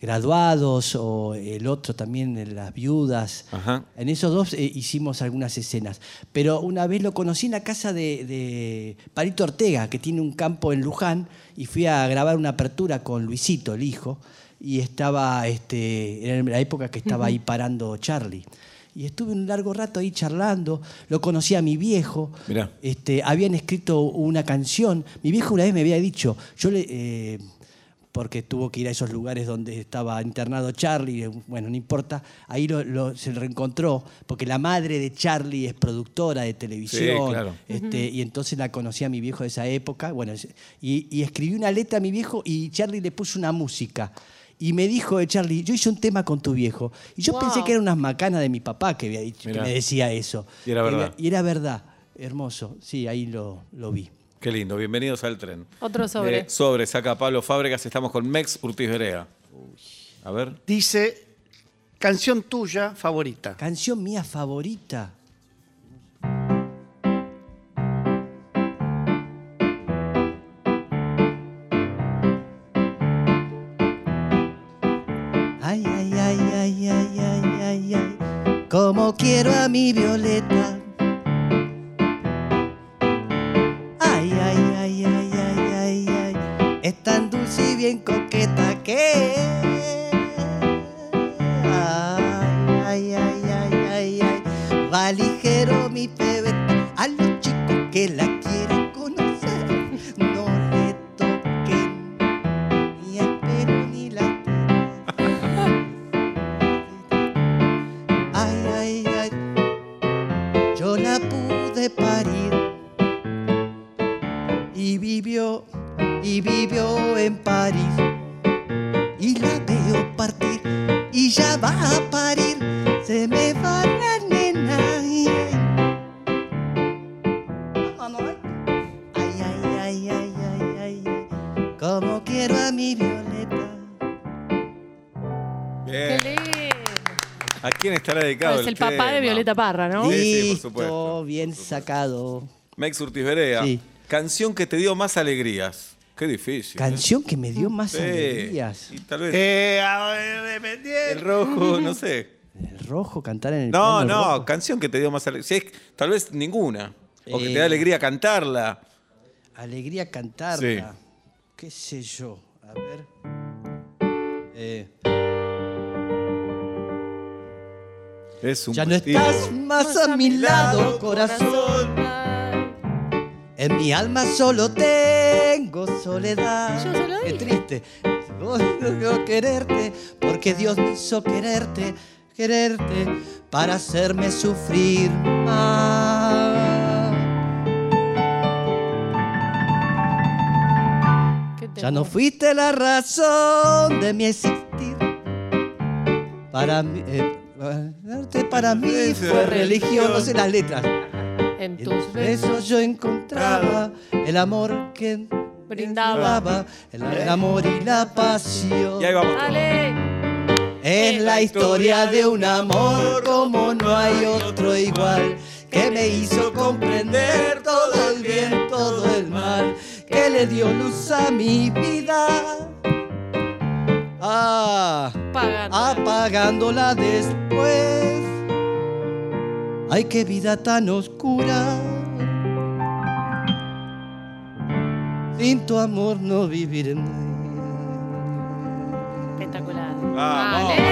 Speaker 3: Graduados o el otro también, eh, Las Viudas.
Speaker 2: Ajá.
Speaker 3: En esos dos eh, hicimos algunas escenas. Pero una vez lo conocí en la casa de, de Palito Ortega, que tiene un campo en Luján, y fui a grabar una apertura con Luisito, el hijo, y estaba, este, en la época que estaba ahí parando Charlie. Y estuve un largo rato ahí charlando, lo conocí a mi viejo,
Speaker 2: Mirá.
Speaker 3: este, habían escrito una canción. Mi viejo una vez me había dicho, yo le. eh, porque tuvo que ir a esos lugares donde estaba internado Charlie, eh, bueno, no importa, ahí lo, lo- se reencontró, porque la madre de Charlie es productora de televisión,
Speaker 2: Sí, claro.
Speaker 3: este, y entonces la conocí a mi viejo de esa época, bueno, es- y, y escribí una letra a mi viejo y Charlie le puso una música. Y me dijo, eh, Charlie, yo hice un tema con tu viejo. Y yo
Speaker 4: Wow.
Speaker 3: pensé que eran unas macanas de mi papá que, había dicho, que
Speaker 2: Mirá.
Speaker 3: me decía eso.
Speaker 2: Y era
Speaker 3: Que
Speaker 2: verdad.
Speaker 3: y era verdad, hermoso. Sí, ahí lo, lo vi.
Speaker 2: Qué lindo. Bienvenidos al tren.
Speaker 4: Otro sobre.
Speaker 2: Eh, sobre, saca Pablo Fábregas. Estamos con Mex Urtiz Berea. A ver.
Speaker 5: Dice, canción tuya favorita.
Speaker 3: Canción mía favorita. Ay, ay, ay, ay, ay, ay, ay, ay. Como quiero a mi Violeta. Ay, ay, ay, ay, ay, ay, ay. Es tan dulce y bien coqueta que. Ay, ay, ay, ay, Va ligero mi bebé a los chicos que la quieren conocer. No le toquen ni el pelo ni la Ay, ay, ay, yo la pude parir y vivió, y vivió en París y la veo partir y ya va a parir, se me va la nena. Ay, ay. Vamos, ay. Ay, ay, ay, ay, ay, ay, ay, como quiero a mi Violeta.
Speaker 2: Bien.
Speaker 4: Qué lindo.
Speaker 2: ¿A quién estará dedicado?
Speaker 4: es el papá de
Speaker 2: tema?
Speaker 4: Violeta Parra, ¿no?
Speaker 2: Sí, sí, por
Speaker 3: Listo,
Speaker 2: supuesto,
Speaker 3: bien sacado.
Speaker 2: Mex Urtiz Berea.
Speaker 3: Sí.
Speaker 2: Canción que te dio más alegrías. Qué difícil.
Speaker 3: Canción que me dio más
Speaker 2: Sí.
Speaker 3: alegrías.
Speaker 2: Y tal vez
Speaker 6: Eh, a ver, dependiente.
Speaker 2: el rojo, no sé.
Speaker 3: El rojo, cantar en el
Speaker 2: No,
Speaker 3: piano
Speaker 2: no,
Speaker 3: rojo.
Speaker 2: canción que te dio más alegría. Si es- tal vez ninguna. O que te
Speaker 3: Eh.
Speaker 2: da alegría cantarla.
Speaker 3: Alegría cantarla. ¿Qué sé yo? A ver. Eh,
Speaker 2: Es un
Speaker 3: ya no
Speaker 2: castigo.
Speaker 3: estás más a mi lado, corazón. En mi alma solo tengo soledad.
Speaker 4: Yo se lo
Speaker 3: Qué
Speaker 4: dije.
Speaker 3: triste. Vos no quiero quererte porque Dios me hizo quererte, quererte para hacerme sufrir más.
Speaker 4: Qué tema.
Speaker 3: Ya no fuiste la razón de mi existir. Para mí, eh, arte para mí fue religión, no sé las letras.
Speaker 4: En
Speaker 3: En tus
Speaker 4: tus besos.
Speaker 3: besos yo encontraba el amor que
Speaker 4: Brindaba.
Speaker 3: brindaba, el, el amor y la pasión.
Speaker 2: Y ahí vamos.
Speaker 4: Dale.
Speaker 3: Es la historia de un amor como no hay otro igual, que me hizo comprender todo el bien, todo el mal, que le dio luz a mi vida. Ah,
Speaker 4: Pagando.
Speaker 3: apagándola después. Ay, qué vida tan oscura. Sin tu amor no viviré.
Speaker 4: Espectacular.
Speaker 2: Vamos.
Speaker 4: Dale.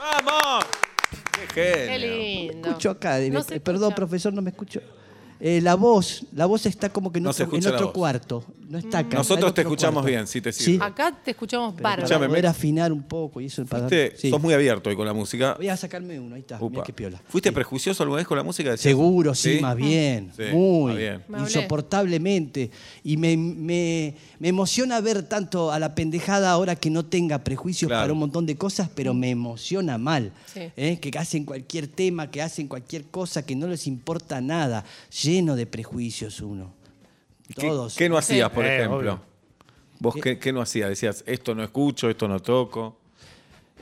Speaker 2: ¡Vamos! ¡Qué
Speaker 4: Qué
Speaker 2: genio!
Speaker 4: lindo.
Speaker 3: escucho acá. eh,
Speaker 4: No se
Speaker 3: Perdón,
Speaker 4: escucha.
Speaker 3: profesor, no me escucho. Eh, la voz, la voz está como que en
Speaker 2: No se
Speaker 3: otro, en
Speaker 2: escucha la
Speaker 3: otro
Speaker 2: voz.
Speaker 3: cuarto. No está
Speaker 4: Mm.
Speaker 3: acá. está en
Speaker 2: Nosotros te
Speaker 3: otro
Speaker 2: escuchamos
Speaker 3: cuarto.
Speaker 2: bien, si te
Speaker 3: Sí.
Speaker 2: sirve.
Speaker 4: Acá te escuchamos
Speaker 3: Pero
Speaker 4: bárbaro.
Speaker 3: para
Speaker 2: Escúchame,
Speaker 3: poder
Speaker 2: me-
Speaker 3: afinar un poco y eso para
Speaker 2: Fuiste-
Speaker 3: sí.
Speaker 2: Sos muy abierto hoy con la música.
Speaker 3: Voy a sacarme uno, ahí está.
Speaker 2: Upa.
Speaker 3: Mira qué piola.
Speaker 2: ¿Fuiste
Speaker 3: Sí.
Speaker 2: prejuicioso alguna vez con la música? Decías,
Speaker 3: Seguro, sí, más bien.
Speaker 2: Sí,
Speaker 3: muy.
Speaker 2: más bien.
Speaker 4: Me hablé.
Speaker 3: Insoportablemente. Y me, me- me emociona ver tanto a la pendejada ahora que no tenga prejuicios
Speaker 2: Claro.
Speaker 3: para un montón de cosas, pero me emociona mal.
Speaker 4: Sí.
Speaker 3: ¿eh? Que hacen cualquier tema, que hacen cualquier cosa, que no les importa nada. Lleno de prejuicios uno.
Speaker 2: ¿Qué-
Speaker 3: Todos.
Speaker 2: ¿Qué, no hacías,
Speaker 6: Sí.
Speaker 2: por
Speaker 6: Eh,
Speaker 2: ejemplo?
Speaker 6: obvio.
Speaker 2: ¿Vos qué, qué no hacías? Decías, esto no escucho, esto no toco.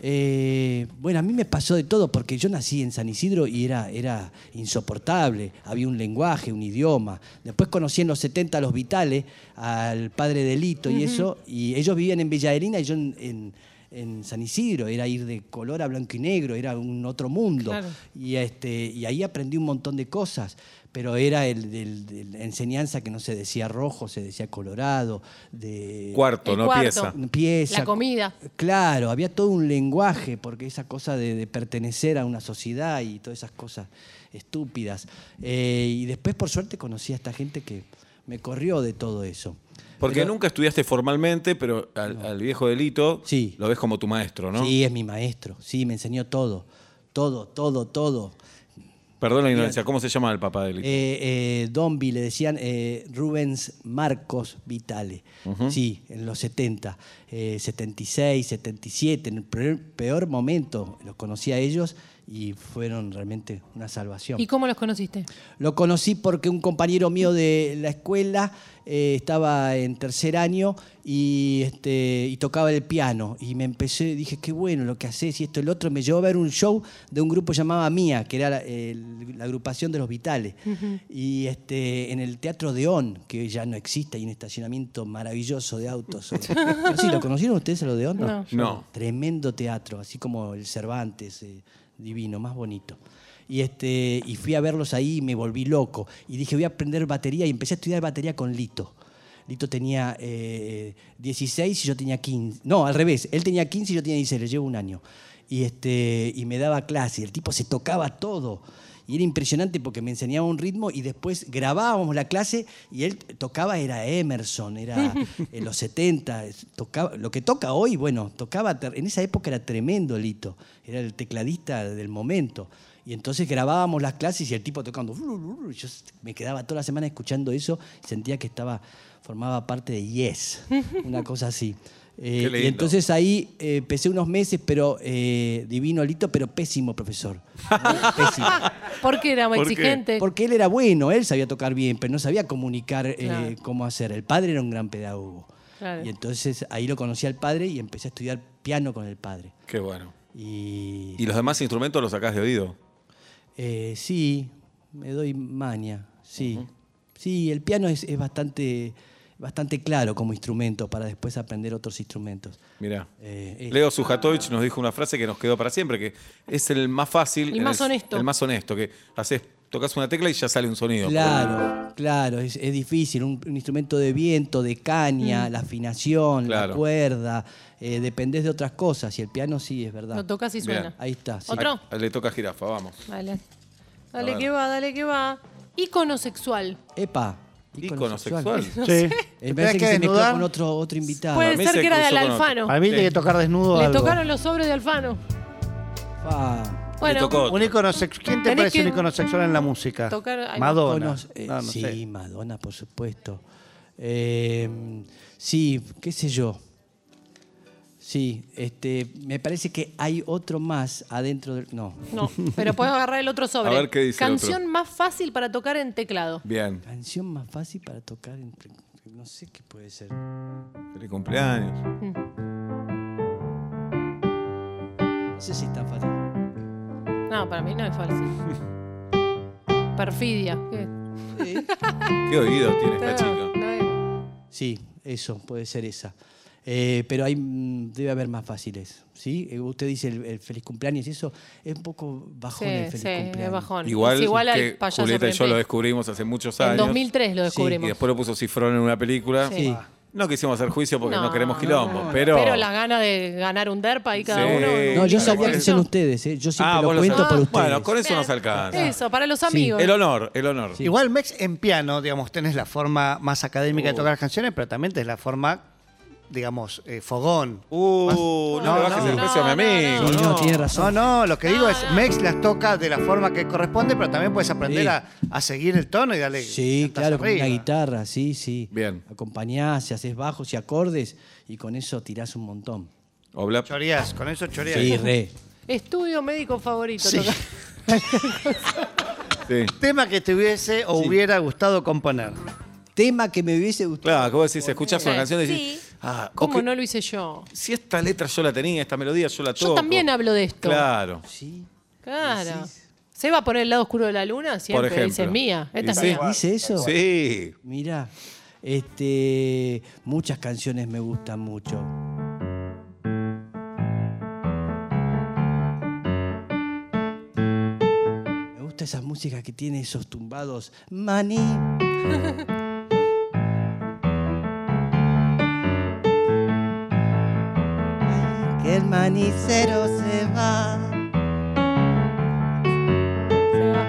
Speaker 3: Eh, bueno, a mí me pasó de todo porque yo nací en San Isidro y era, era insoportable. Había un lenguaje, un idioma. Después conocí en los 70 a los Vitales, al padre de Lito y eso, y ellos vivían en Villa Adelina y yo en, en- en San Isidro. Era ir de color a blanco y negro, era un otro mundo.
Speaker 4: Claro.
Speaker 3: Y, este, y ahí aprendí un montón de cosas, pero era el, del- de la enseñanza que no se decía rojo, se decía colorado. De,
Speaker 2: Cuarto,
Speaker 4: El
Speaker 2: no
Speaker 4: cuarto.
Speaker 2: pieza.
Speaker 3: pieza.
Speaker 4: La comida.
Speaker 3: Claro, había todo un lenguaje, porque esa cosa de, de pertenecer a una sociedad y todas esas cosas estúpidas. Eh, y después, por suerte, conocí a esta gente que me corrió de todo eso.
Speaker 2: Porque
Speaker 3: Pero-
Speaker 2: nunca estudiaste formalmente, pero al, al viejo delito
Speaker 3: Sí.
Speaker 2: lo ves como tu maestro, ¿no?
Speaker 3: Sí, es mi maestro, sí, me enseñó todo, todo, todo, todo.
Speaker 2: Perdón la ignorancia, ¿cómo se llama el papá delito?
Speaker 3: Eh, eh, Dombi, le decían eh, Rubens Marcos Vitale, sí, en los 70, eh, 76, 77, en el peor, peor momento los conocí a ellos y fueron realmente una salvación.
Speaker 4: ¿Y cómo los conociste?
Speaker 3: Lo conocí porque un compañero mío de la escuela eh, estaba en tercer año y, este, y tocaba el piano. Y me empecé, dije, qué bueno lo que haces y esto y lo otro. Me llevó a ver un show de un grupo llamado Mía, que era la, el- la agrupación de los Vitales. Y este, en el Teatro de On, que ya no existe, hay un estacionamiento maravilloso de autos. No sé, ¿Lo conocieron ustedes a lo de On?
Speaker 4: No.
Speaker 2: No.
Speaker 3: Tremendo teatro, así como el Cervantes, eh, divino, más bonito. Y, este, y fui a verlos ahí y me volví loco. Y dije, voy a aprender batería y empecé a estudiar batería con Lito. Lito tenía eh, 16 y yo tenía 15. No, al revés. Él tenía 15 y yo tenía 16, le llevo un año. Y, este, y me daba clase. Y el tipo se tocaba todo. Y y era impresionante porque me enseñaba un ritmo y después grabábamos la clase y él tocaba, era Emerson, era en los 70, tocaba, lo que toca hoy, bueno, tocaba, ter- en esa época era tremendo Lito, era el tecladista del momento. Y entonces grabábamos las clases y el tipo tocando. y Yo me quedaba toda la semana escuchando eso y sentía que estaba, formaba parte de Yes, una cosa así. Eh,
Speaker 2: lindo.
Speaker 3: y entonces ahí eh, empecé unos meses, pero eh, divino Lito, pero pésimo profesor. pésimo.
Speaker 4: ¿Por qué era muy
Speaker 2: ¿Por qué?
Speaker 4: exigente?
Speaker 3: Porque él era bueno, él sabía tocar bien, pero no sabía comunicar eh,
Speaker 4: Claro.
Speaker 3: cómo hacer. El padre era un gran pedagogo.
Speaker 4: Claro.
Speaker 3: Y entonces ahí lo conocí al padre y empecé a estudiar piano con el padre.
Speaker 2: Qué bueno.
Speaker 3: Y
Speaker 2: ¿Y los demás instrumentos los sacás de oído?
Speaker 3: Eh, sí, me doy maña, sí. Sí, el piano es, es bastante, bastante claro como instrumento para después aprender otros instrumentos.
Speaker 2: Mirá.
Speaker 3: Eh, eh,
Speaker 2: Leo Sujatovich nos dijo una frase que nos quedó para siempre, que es el más fácil.
Speaker 4: El
Speaker 2: en
Speaker 4: más honesto.
Speaker 2: El más honesto, que haces, tocas una tecla y ya sale un sonido.
Speaker 3: Claro, claro, es, es difícil. Un, un instrumento de viento, de caña,
Speaker 4: Mm.
Speaker 3: la afinación,
Speaker 2: Claro.
Speaker 3: la cuerda, eh, dependés de otras cosas. Y el piano sí, es verdad.
Speaker 4: Lo tocas y
Speaker 2: Bien.
Speaker 4: suena.
Speaker 3: Ahí está. sí.
Speaker 4: Otro.
Speaker 2: Ah, Le toca jirafa, vamos.
Speaker 4: Dale.
Speaker 2: A
Speaker 4: Dale
Speaker 2: ver.
Speaker 4: que va, dale que va. Ícono sexual.
Speaker 3: Epa.
Speaker 2: Ícono sexual.
Speaker 5: Sí.
Speaker 3: Eh, me
Speaker 5: Te
Speaker 3: parece
Speaker 5: tenés
Speaker 3: que
Speaker 5: que
Speaker 3: se mezcló
Speaker 5: desnudar. Pues-
Speaker 3: con otro, otro invitado.
Speaker 4: Puede
Speaker 2: para mí
Speaker 4: ser
Speaker 2: se
Speaker 4: que era del
Speaker 2: cruzó con otro.
Speaker 4: Alfano.
Speaker 5: Para mí tiene que tocar desnudo
Speaker 4: Le
Speaker 5: algo.
Speaker 4: tocaron los sobres de Alfano.
Speaker 3: Pa.
Speaker 4: Bueno,
Speaker 2: tocó.
Speaker 5: Un icono sex- ¿Quién te
Speaker 4: Tenés
Speaker 5: parece
Speaker 4: que
Speaker 5: un icono sexual en la música?
Speaker 4: tocar- hay
Speaker 5: Madonna.
Speaker 3: Conos- eh,
Speaker 5: No, no
Speaker 3: sí,
Speaker 5: sé.
Speaker 3: Madonna, por supuesto. Eh, sí, qué sé yo. Sí, este, me parece que hay otro más adentro del. No.
Speaker 4: no, pero puedes agarrar el otro sobre.
Speaker 2: A ver qué dice el
Speaker 4: Canción
Speaker 2: otro.
Speaker 4: más fácil para tocar en teclado.
Speaker 2: Bien.
Speaker 3: Canción más fácil para tocar entre. No sé qué puede ser.
Speaker 2: Feliz cumpleaños.
Speaker 4: Mm.
Speaker 3: No sé si es tan fácil.
Speaker 4: No, para mí no es fácil. Perfidia. ¿Qué?
Speaker 2: Qué oído tiene esta
Speaker 4: No,
Speaker 2: chica.
Speaker 4: no es.
Speaker 3: Sí, eso, puede ser esa. Eh, pero hay, mm, debe haber más fáciles. ¿sí? Eh, Usted dice el, el feliz cumpleaños, eso es un poco bajón el
Speaker 4: Sí,
Speaker 3: feliz
Speaker 4: sí,
Speaker 3: cumpleaños.
Speaker 4: es bajón.
Speaker 2: Igual,
Speaker 4: es igual
Speaker 2: que
Speaker 4: al payaso
Speaker 2: Julieta y yo lo
Speaker 4: Frente.
Speaker 2: descubrimos hace muchos
Speaker 4: En
Speaker 2: años.
Speaker 4: 2003 lo
Speaker 3: Sí, y
Speaker 2: Y
Speaker 4: descubrimos.
Speaker 2: después lo puso Cifrón en una película.
Speaker 3: Sí.
Speaker 2: No quisimos hacer juicio porque no,
Speaker 4: No.
Speaker 2: queremos quilombo, pero...
Speaker 4: pero... las ganas de ganar un derpa ahí cada
Speaker 2: Sí.
Speaker 4: uno.
Speaker 3: No, yo
Speaker 2: Tal
Speaker 3: sabía
Speaker 2: cual.
Speaker 3: que son ustedes, ¿eh? yo siempre
Speaker 2: Ah,
Speaker 3: lo
Speaker 2: vos lo
Speaker 3: cuento
Speaker 2: sabés.
Speaker 3: por
Speaker 4: Ah,
Speaker 3: ustedes.
Speaker 2: Bueno, con eso nos alcanza.
Speaker 4: Eso, para los amigos.
Speaker 2: El honor, el honor.
Speaker 3: Sí.
Speaker 5: Igual, Mex, en piano, digamos, tenés la forma más académica de tocar las canciones, pero también tenés la forma, digamos, eh, fogón.
Speaker 2: Uh, no,
Speaker 5: No,
Speaker 2: me bajes
Speaker 5: no,
Speaker 2: el precio a mi
Speaker 4: no,
Speaker 2: amigo.
Speaker 3: Sí, no,
Speaker 2: no.
Speaker 3: tiene razón.
Speaker 5: No, no, lo que
Speaker 4: No,
Speaker 5: digo es,
Speaker 4: no.
Speaker 5: Mex las toca de la forma que corresponde, pero también puedes aprender
Speaker 3: Sí.
Speaker 5: a, a seguir el tono y darle.
Speaker 3: Sí,
Speaker 5: cantas
Speaker 3: claro, con
Speaker 5: arriba.
Speaker 3: una guitarra, sí, sí.
Speaker 2: Bien.
Speaker 3: Acompañás, y haces bajos y acordes y con eso tirás un montón.
Speaker 2: Obla-
Speaker 5: Choreás, con eso choreás.
Speaker 3: Sí, re.
Speaker 4: Estudio médico favorito.
Speaker 5: Sí.
Speaker 4: toca.
Speaker 2: Sí.
Speaker 5: Tema que te hubiese o hubiera gustado componer.
Speaker 3: Tema que me hubiese gustado.
Speaker 2: Claro, que vos decís, escuchás una
Speaker 4: Sí.
Speaker 2: canción y decís,
Speaker 4: Sí.
Speaker 2: ah,
Speaker 4: ¿Cómo
Speaker 2: ok,
Speaker 4: no lo hice yo?
Speaker 2: si esta letra yo la tenía, esta melodía yo la
Speaker 4: Yo
Speaker 2: toco.
Speaker 4: también hablo de esto.
Speaker 2: Claro.
Speaker 3: Sí.
Speaker 4: Claro. ¿Se va a poner el lado oscuro de la luna? Siempre
Speaker 2: ejemplo.
Speaker 4: dice, es mía. Esta
Speaker 2: Y
Speaker 4: es
Speaker 2: sí.
Speaker 4: mía.
Speaker 3: ¿Dice eso?
Speaker 2: Sí.
Speaker 3: Mirá, este, muchas canciones me gustan mucho. Me gusta esa música que tiene esos tumbados. Mani. Ay, Que el manicero se va.
Speaker 4: Se va.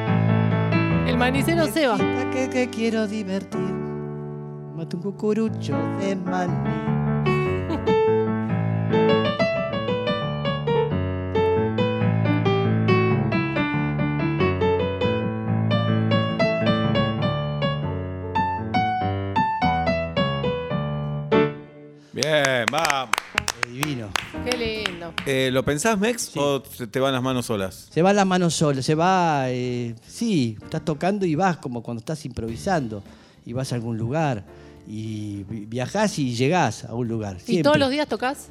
Speaker 4: El manicero se va.
Speaker 3: Chiquita Que, que quiero divertir. Mate un cucurucho de maní.
Speaker 2: Bien, vamos.
Speaker 3: Qué Divino.
Speaker 4: Qué lindo.
Speaker 2: Eh, ¿Lo pensás, Mex, o te te van las manos solas?
Speaker 3: Se va las manos solas, se va. eh, sí, estás tocando y vas como cuando estás improvisando y vas a algún lugar y vi- viajás y llegás a un lugar.
Speaker 4: ¿Y
Speaker 3: siempre.
Speaker 4: todos los días tocas?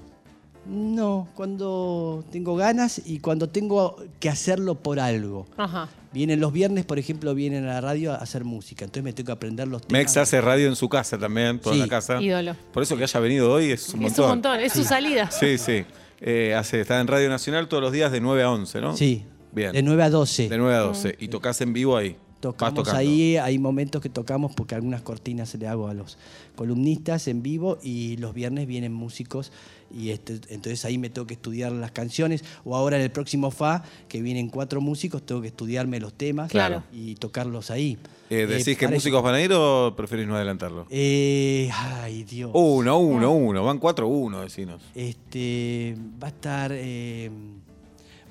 Speaker 3: No, cuando tengo ganas y cuando tengo que hacerlo por algo.
Speaker 4: Ajá.
Speaker 3: Vienen los viernes, por ejemplo, vienen a la radio a hacer música, entonces me tengo que aprender los temas.
Speaker 2: Mex hace radio en su casa también, toda
Speaker 3: Sí.
Speaker 2: la casa.
Speaker 4: Ídolo.
Speaker 2: Por eso que haya venido hoy es un
Speaker 4: Es
Speaker 2: montón.
Speaker 4: un montón, es su salida.
Speaker 2: Sí, sí. Eh, hace, está en Radio Nacional todos los días de 9 a 11, ¿no?
Speaker 3: Sí,
Speaker 2: Bien.
Speaker 3: de 9 a 12.
Speaker 4: Mm.
Speaker 2: De 9 a 12. Y tocas en vivo ahí.
Speaker 3: Tocamos
Speaker 2: tocando.
Speaker 3: ahí, hay momentos que tocamos porque algunas cortinas le hago a los columnistas en vivo y los viernes vienen músicos y este, entonces ahí me tengo que estudiar las canciones o ahora en el próximo FA que vienen cuatro músicos tengo que estudiarme los temas
Speaker 4: Claro.
Speaker 3: y tocarlos ahí.
Speaker 2: Eh,
Speaker 3: Eh,
Speaker 2: ¿Decís que
Speaker 3: para eso-
Speaker 2: músicos van a ir o preferís no adelantarlo?
Speaker 3: Eh, ay Dios.
Speaker 2: Uno, uno, uno. Van cuatro, uno, decinos.
Speaker 3: Este, va a estar, eh,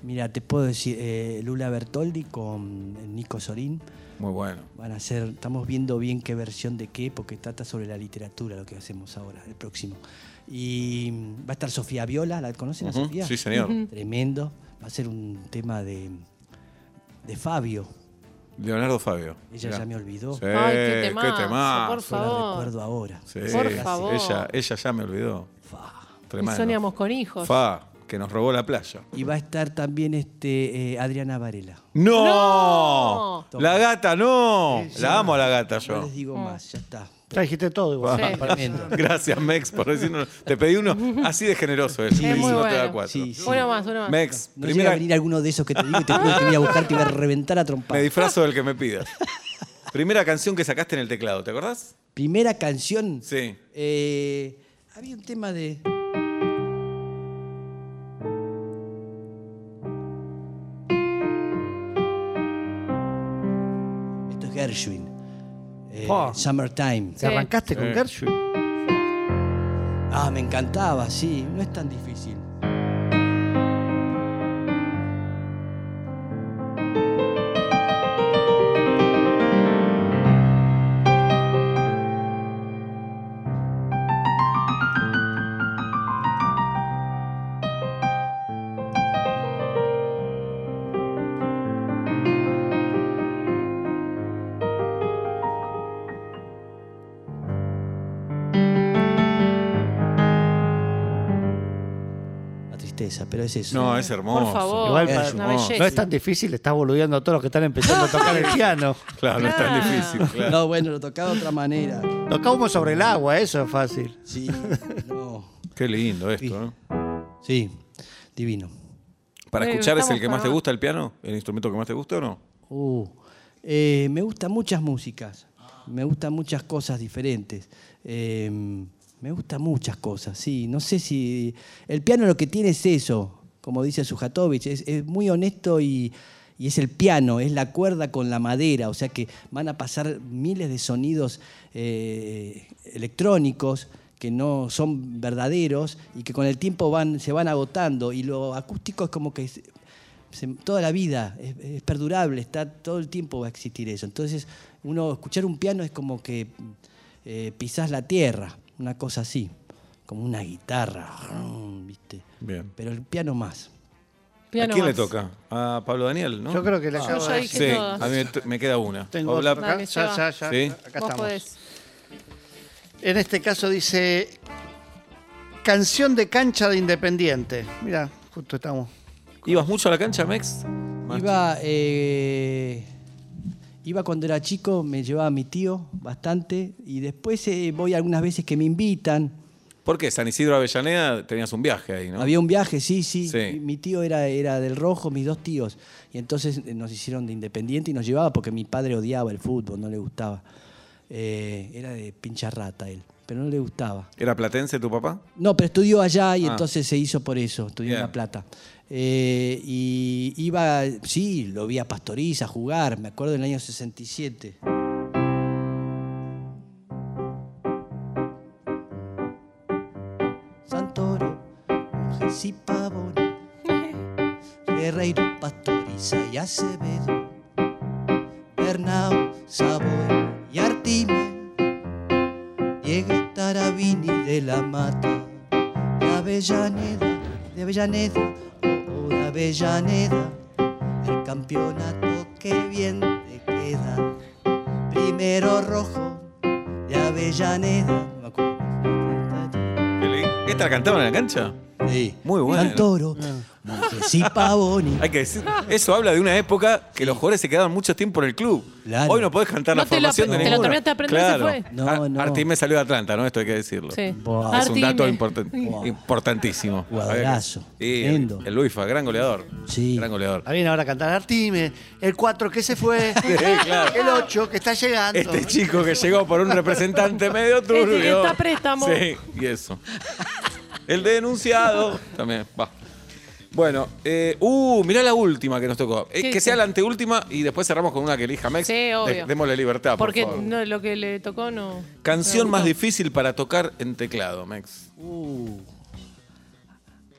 Speaker 3: mira, te puedo decir, eh, Lula Bertoldi con Nico Sorín.
Speaker 2: Muy bueno.
Speaker 3: Van a ser, estamos viendo bien qué versión de qué, porque trata sobre la literatura lo que hacemos ahora, el próximo. Y mm, va a estar Sofía Viola, ¿la conocen a
Speaker 2: Ujú,
Speaker 3: Sofía?
Speaker 2: Sí, señor.
Speaker 3: Tremendo. Va a ser un tema de, de Fabio.
Speaker 2: Leonardo Fabio.
Speaker 3: Ella
Speaker 2: Mirá.
Speaker 3: ya me olvidó.
Speaker 2: Sí,
Speaker 4: Ay, qué
Speaker 2: qué
Speaker 4: temazo,
Speaker 2: temazo.
Speaker 4: por
Speaker 3: Yo la
Speaker 4: favor.
Speaker 3: recuerdo ahora.
Speaker 2: Sí,
Speaker 4: Por favor.
Speaker 2: Ella, ella ya me olvidó. Tremendo.
Speaker 4: Y soñamos con hijos.
Speaker 2: Fa, que nos robó la playa.
Speaker 3: Y va a estar también este, eh, Adriana Varela.
Speaker 2: ¡No!
Speaker 3: ¡No!
Speaker 2: La gata, no.
Speaker 3: Sí,
Speaker 2: La amo a la gata
Speaker 3: No
Speaker 2: yo.
Speaker 3: les
Speaker 4: Mm.
Speaker 3: digo más, ya está.
Speaker 5: Ya dijiste todo igual.
Speaker 4: Sí.
Speaker 3: Tremendo.
Speaker 2: Gracias, Mex, por decirnos. Te pedí uno así de generoso. Es,
Speaker 4: Es muy
Speaker 2: no te da
Speaker 4: bueno.
Speaker 2: cuatro.
Speaker 3: Sí, sí.
Speaker 4: Uno más, uno más.
Speaker 2: Mex,
Speaker 3: No llega
Speaker 2: primera,
Speaker 3: a venir alguno de esos que te digo y te juro que te voy a buscar, te voy a reventar a trompar.
Speaker 2: me disfrazo del que me pidas. primera canción que sacaste en el teclado, ¿te acordás?
Speaker 3: Primera canción.
Speaker 2: Sí.
Speaker 3: Eh, había un tema de. Esto es Gershwin. Eh,
Speaker 5: Pa.
Speaker 3: Summertime.
Speaker 5: ¿Te arrancaste con
Speaker 2: Sí.
Speaker 5: Gershwin?
Speaker 3: Ah, me encantaba, sí. No es tan difícil. La tristeza, pero es eso.
Speaker 2: No, es hermoso.
Speaker 4: Por favor,
Speaker 5: Igual
Speaker 4: es
Speaker 5: para-
Speaker 4: una
Speaker 2: no, no
Speaker 4: belleza.
Speaker 5: No es tan difícil, estás boludeando a todos los que están empezando a tocar el piano.
Speaker 2: Claro, no es tan
Speaker 4: Claro.
Speaker 2: difícil. Claro.
Speaker 3: No, bueno, lo tocaba de otra manera.
Speaker 5: Tocamos sobre el agua, eso es fácil.
Speaker 3: Sí, no.
Speaker 2: Qué lindo esto. ¿eh?
Speaker 3: Sí, divino.
Speaker 2: Para
Speaker 4: Bueno,
Speaker 2: escuchar es el
Speaker 4: estamos
Speaker 2: que más te
Speaker 4: para-
Speaker 2: gusta el piano, el instrumento que más te gusta o no.
Speaker 3: Uh, eh, me gustan muchas músicas, me gustan muchas cosas diferentes. eh, me gustan muchas cosas, sí. No sé si. El piano lo que tiene es eso, como dice Sujatovich, es, es muy honesto y, y es el piano, es la cuerda con la madera, o sea que van a pasar miles de sonidos eh, electrónicos que no son verdaderos y que con el tiempo van, se van agotando. Y lo acústico es como que es- se- toda la vida, es, es perdurable, está todo el tiempo va a existir eso. Entonces, uno escuchar un piano es como que eh, pisás la tierra, una cosa así, como una guitarra, ¿viste?
Speaker 2: Bien.
Speaker 3: Pero el piano más.
Speaker 2: ¿A
Speaker 4: Piano
Speaker 2: quién le
Speaker 4: más.
Speaker 2: toca? A Pablo Daniel, ¿no?
Speaker 5: Yo creo que le
Speaker 4: Ah. Yo
Speaker 5: acabo
Speaker 4: ya
Speaker 5: de
Speaker 4: dije
Speaker 2: Sí,
Speaker 4: todas.
Speaker 2: a mí me t- me queda una.
Speaker 5: Tengo
Speaker 2: Habla-
Speaker 5: otra acá.
Speaker 4: Dale,
Speaker 5: ya,
Speaker 4: Seba.
Speaker 5: ya, ya.
Speaker 2: Sí.
Speaker 5: Acá
Speaker 4: Vos
Speaker 5: estamos.
Speaker 4: podés.
Speaker 5: En este caso dice canción de cancha de Independiente. Mira, justo estamos.
Speaker 2: ¿Ibas mucho a la cancha, Mex? Más
Speaker 3: Iba, eh, iba cuando era chico, me llevaba mi tío bastante y después eh, voy algunas veces que me invitan.
Speaker 2: ¿Por qué? San Isidro Avellaneda tenías un viaje ahí, ¿no?
Speaker 3: Había un viaje, sí, sí.
Speaker 2: Sí.
Speaker 3: Mi- Mi tío era, era del rojo, mis dos tíos. Y entonces eh, nos hicieron de independiente y nos llevaba porque mi padre odiaba el fútbol, no le gustaba. Eh, era de pincha rata él, pero no le gustaba.
Speaker 2: ¿Era platense tu papá?
Speaker 3: No, pero estudió allá y
Speaker 2: Ah.
Speaker 3: entonces se hizo por eso, estudió en
Speaker 2: Bien.
Speaker 3: La Plata. Eh, y iba, sí, lo vi a Pastoriza jugar, me acuerdo en el año 67. Santoro, Mujeres y Pavone, Guerreiro, Pastoriza y Acevedo, Bernau, Savoy y Artime. Llega Tarabini de la Mata, de Avellaneda, de Avellaneda, oh, oh, de Avellaneda, el campeonato que bien te queda. Primero rojo, de Avellaneda. No me acuerdo.
Speaker 2: Qué lindo. ¿Esta la cantaban en la cancha?
Speaker 3: Sí.
Speaker 2: Muy bueno.
Speaker 3: Santoro, Sí, Pavoni.
Speaker 2: Hay que decir, eso habla de una época que los jugadores se quedaban mucho tiempo en el club.
Speaker 3: Claro.
Speaker 2: Hoy no podés cantar
Speaker 4: No
Speaker 2: la
Speaker 4: te lo
Speaker 2: formación
Speaker 4: ap-
Speaker 2: de
Speaker 4: te lo
Speaker 2: ninguno.
Speaker 4: terminaste de aprender y se fue.
Speaker 3: No,
Speaker 2: Ar-
Speaker 3: no.
Speaker 2: Artime salió de Atlanta, ¿no? Esto hay que decirlo.
Speaker 4: Sí.
Speaker 3: Buah.
Speaker 2: Es un dato
Speaker 4: Artime.
Speaker 2: importante- importantísimo.
Speaker 3: Jugadorazo.
Speaker 2: Sí, el,
Speaker 3: Tremendo.
Speaker 2: el Luifa, gran goleador.
Speaker 3: Sí.
Speaker 2: Gran goleador.
Speaker 5: Ah, viene ahora a cantar Artime, el 4 que se fue,
Speaker 2: claro.
Speaker 5: el 8 que está llegando.
Speaker 2: Este chico que llegó por un representante medio turbio.
Speaker 4: Este que está a préstamo.
Speaker 2: Sí, y eso. El denunciado. También, va. Bueno, eh, uh, mirá la última que nos tocó. Eh,
Speaker 4: ¿Qué
Speaker 2: que
Speaker 4: dice?
Speaker 2: sea la anteúltima y después cerramos con una que elija Mex.
Speaker 4: Sí, obvio.
Speaker 2: De- démosle libertad, Ah, por
Speaker 4: Porque
Speaker 2: favor.
Speaker 4: no, lo que le tocó no.
Speaker 2: Canción
Speaker 4: no.
Speaker 2: más difícil para tocar en teclado, Mex.
Speaker 3: Uh,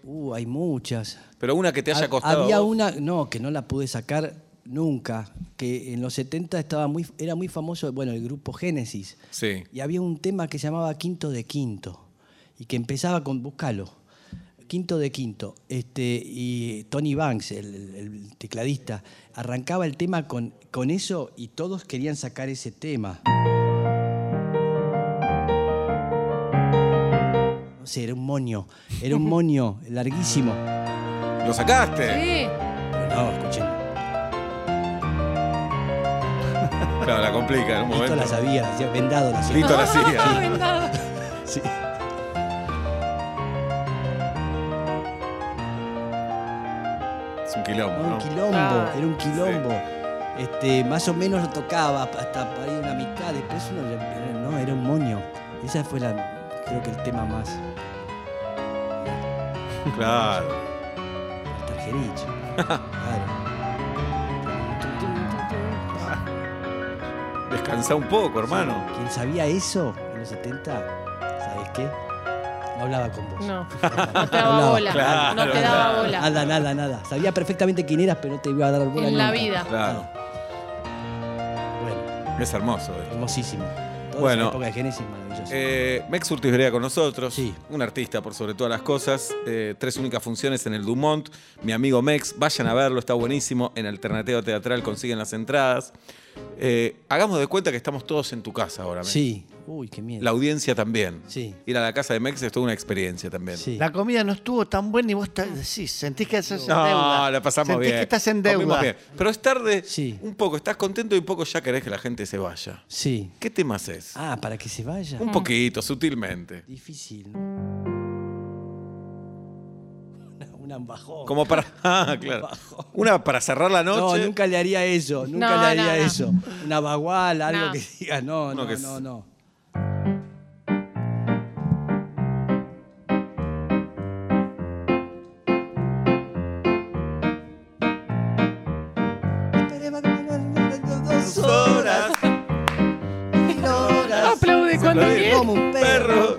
Speaker 3: uh, hay muchas.
Speaker 2: Pero una que te haya
Speaker 3: Ha-
Speaker 2: costado.
Speaker 3: Había
Speaker 2: a vos.
Speaker 3: una, no, que no la pude sacar nunca, que en los 70 estaba muy, era muy famoso, bueno, el grupo Génesis.
Speaker 2: Sí.
Speaker 3: Y había un tema que se llamaba Quinto de Quinto, y que empezaba con, buscalo, Quinto de Quinto. Este, y Tony Banks, el, el- el tecladista, arrancaba el tema con, con eso y todos querían sacar ese tema. No sé, era un moño, era un moño larguísimo.
Speaker 2: Lo sacaste.
Speaker 4: Sí.
Speaker 3: No, escuchen,
Speaker 2: Claro, la complica en un
Speaker 3: esto
Speaker 2: momento.
Speaker 3: la sabía, la hacía- vendado la hacía.
Speaker 2: Listo, la
Speaker 4: Ah,
Speaker 2: silla.
Speaker 4: vendado.
Speaker 3: Sí.
Speaker 2: Es un quilombo.
Speaker 3: Era un
Speaker 2: ¿no?
Speaker 3: quilombo,
Speaker 4: Ah.
Speaker 3: era un quilombo. Este, más o menos lo tocaba hasta para ir a la mitad, después uno le- era- no, era un moño. Esa fue la creo que el tema más
Speaker 2: Claro.
Speaker 3: el tarjerich. Claro.
Speaker 2: Descansa un poco, hermano.
Speaker 3: Quien sabía eso en los 70, ¿sabes qué? No hablaba con vos.
Speaker 4: No. No
Speaker 3: No
Speaker 4: te daba bola.
Speaker 2: Claro,
Speaker 4: no te
Speaker 2: claro.
Speaker 4: daba bola.
Speaker 3: Nada, nada, nada. Sabía perfectamente quién eras, pero no te iba a dar bola
Speaker 4: En la
Speaker 3: nunca.
Speaker 4: vida.
Speaker 2: Claro.
Speaker 3: Bueno,
Speaker 2: Ah. Es hermoso. eh.
Speaker 3: hermosísimo. Toda
Speaker 2: Bueno.
Speaker 3: esa época de Génesis maravillosa.
Speaker 2: Eh, Mex Urtis Brea con nosotros,
Speaker 3: Sí.
Speaker 2: un artista por sobre todas las cosas, eh, tres únicas funciones en el Dumont, mi amigo Mex, vayan a verlo, está buenísimo, en Alternativa Teatral consiguen las entradas. Eh, hagamos de cuenta que estamos todos en tu casa ahora, Mex.
Speaker 3: sí. Uy, qué miedo.
Speaker 2: La audiencia también.
Speaker 3: Sí.
Speaker 2: Ir a la casa de Mex es toda una experiencia también.
Speaker 3: Sí.
Speaker 5: La comida no estuvo tan buena y vos ta- sí, sentís que estás en
Speaker 2: No,
Speaker 5: deuda.
Speaker 2: la pasamos
Speaker 5: sentís
Speaker 2: bien.
Speaker 5: que estás en
Speaker 2: Comimos
Speaker 5: deuda.
Speaker 2: bien. Pero es tarde
Speaker 3: Sí.
Speaker 2: un poco, estás contento y un poco ya querés que la gente se vaya.
Speaker 3: Sí.
Speaker 2: ¿Qué temas es?
Speaker 3: Ah, para que se vaya.
Speaker 2: Un poquito, sutilmente.
Speaker 3: Difícil. Una- Un ambajón.
Speaker 2: Como para. Ah, claro. Una para cerrar la
Speaker 3: No,
Speaker 2: noche.
Speaker 3: nunca le haría eso, nunca
Speaker 4: No,
Speaker 3: le haría
Speaker 4: no, no.
Speaker 3: eso. Una bagual, algo
Speaker 4: No.
Speaker 3: que diga, no,
Speaker 2: Uno
Speaker 3: no,
Speaker 2: que
Speaker 3: no,
Speaker 2: es-
Speaker 3: no. Dos horas, mil horas.
Speaker 4: Aplaude cuando
Speaker 2: Aplaude.
Speaker 4: quiere.
Speaker 3: Como un
Speaker 2: Perro,
Speaker 3: perro.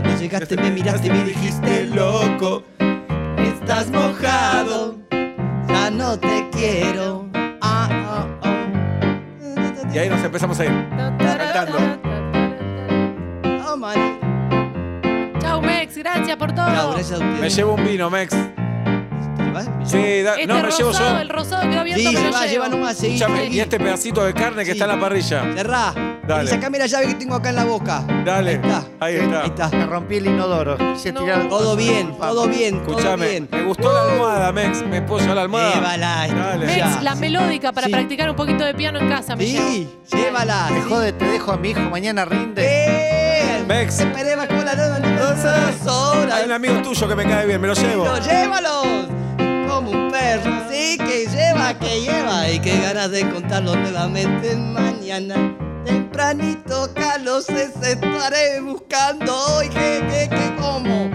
Speaker 3: Cuando llegaste, me miraste y Este me dijiste loco. Estás mojado, ya no te quiero. Ah, ah, ah.
Speaker 2: Y ahí nos empezamos a ir.
Speaker 3: Oh, man.
Speaker 4: Chau, Mex. Gracias por todo.
Speaker 3: No, gracias a ustedes.
Speaker 2: Me llevo un vino, Mex.
Speaker 3: ¿Te vas? ¿Me llevo?
Speaker 2: Sí, da-
Speaker 4: Este
Speaker 2: no, me llevo
Speaker 4: rosado,
Speaker 2: yo.
Speaker 4: el rosado quedó abierto,
Speaker 3: Sí,
Speaker 4: me lo
Speaker 3: lleva,
Speaker 4: llevo.
Speaker 3: lleva nomás, seguí,
Speaker 2: Escuchame,
Speaker 3: seguí.
Speaker 2: y este pedacito de carne que
Speaker 3: Sí.
Speaker 2: está en la parrilla.
Speaker 3: Cerrá.
Speaker 2: Dale.
Speaker 3: Y sacame la llave que tengo acá en la boca.
Speaker 2: Dale.
Speaker 3: Ahí está.
Speaker 2: Ahí está.
Speaker 3: Ahí está.
Speaker 5: Me rompí el inodoro. Quise
Speaker 4: No.
Speaker 5: tirar-
Speaker 3: Todo bien, todo bien, todo
Speaker 2: Escuchame,
Speaker 3: bien.
Speaker 2: me gustó la almohada, Mex. Me puedo llevar la almohada.
Speaker 3: Llévala.
Speaker 2: Dale.
Speaker 4: Mex,
Speaker 3: Ya.
Speaker 4: la melódica para
Speaker 3: Sí.
Speaker 4: practicar un poquito de piano en casa, me
Speaker 3: Sí,
Speaker 4: llevo.
Speaker 3: llévala.
Speaker 5: Te jode, te dejo a mi hijo, mañana rinde.
Speaker 3: Bien.
Speaker 2: Mex.
Speaker 3: Esperemos con la dos horas.
Speaker 2: Hay un amigo tuyo que me cae bien, me lo llevo.
Speaker 3: Pero llévalos como un perro, sí que lleva, que lleva y que ganas de contarlo nuevamente mañana. Tempranito Carlos se estaré buscando hoy que que que como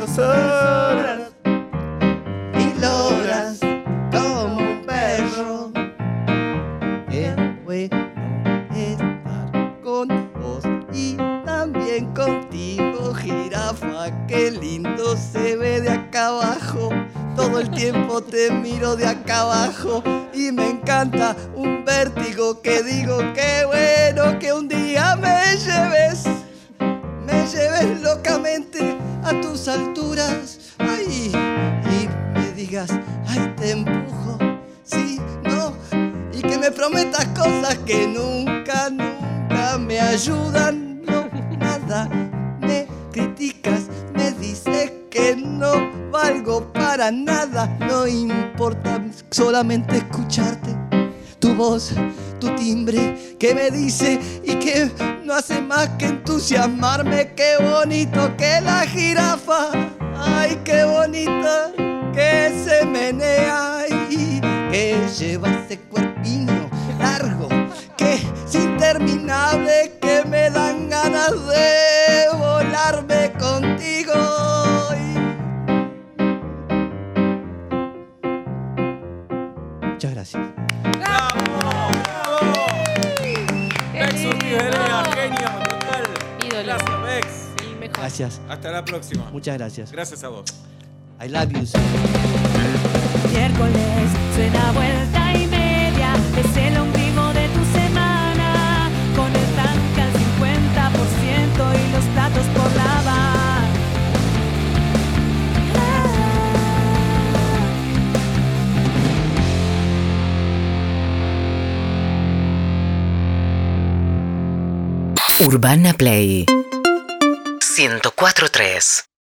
Speaker 3: dos horas mil horas como un perro. Es bueno estar con vos y también contigo, jirafa. Qué lindo se ve de acá abajo. Todo el tiempo te miro de acá abajo y me encanta un vértigo que digo que bueno que un día me lleves. Me lleves locamente a tus alturas, ay, y me digas, ay, te empujo, sí, no, y que me prometas cosas que nunca, nunca me ayudan, no, nada, me criticas, me dices que no para nada no importa, solamente escucharte. Tu voz, tu timbre, que me dice y que no hace más que entusiasmarme. Qué bonito que la jirafa, ay, qué bonita que se menea y que lleva ese cuerpinho largo, que es interminable, que me dan ganas de volarme contigo. Y- Muchas gracias.
Speaker 2: Bex Ortiz Heredia, genio total.
Speaker 4: Ídolo.
Speaker 2: Gracias, Bex.
Speaker 4: El mejor.
Speaker 3: Gracias.
Speaker 2: Hasta la próxima.
Speaker 3: Muchas gracias.
Speaker 2: Gracias a vos.
Speaker 3: I love you.
Speaker 7: Miércoles suena vuelta y media, es el ombligo de tu semana. Con el tanque al 50% y los platos por lavar.
Speaker 1: Urbana Play 104.3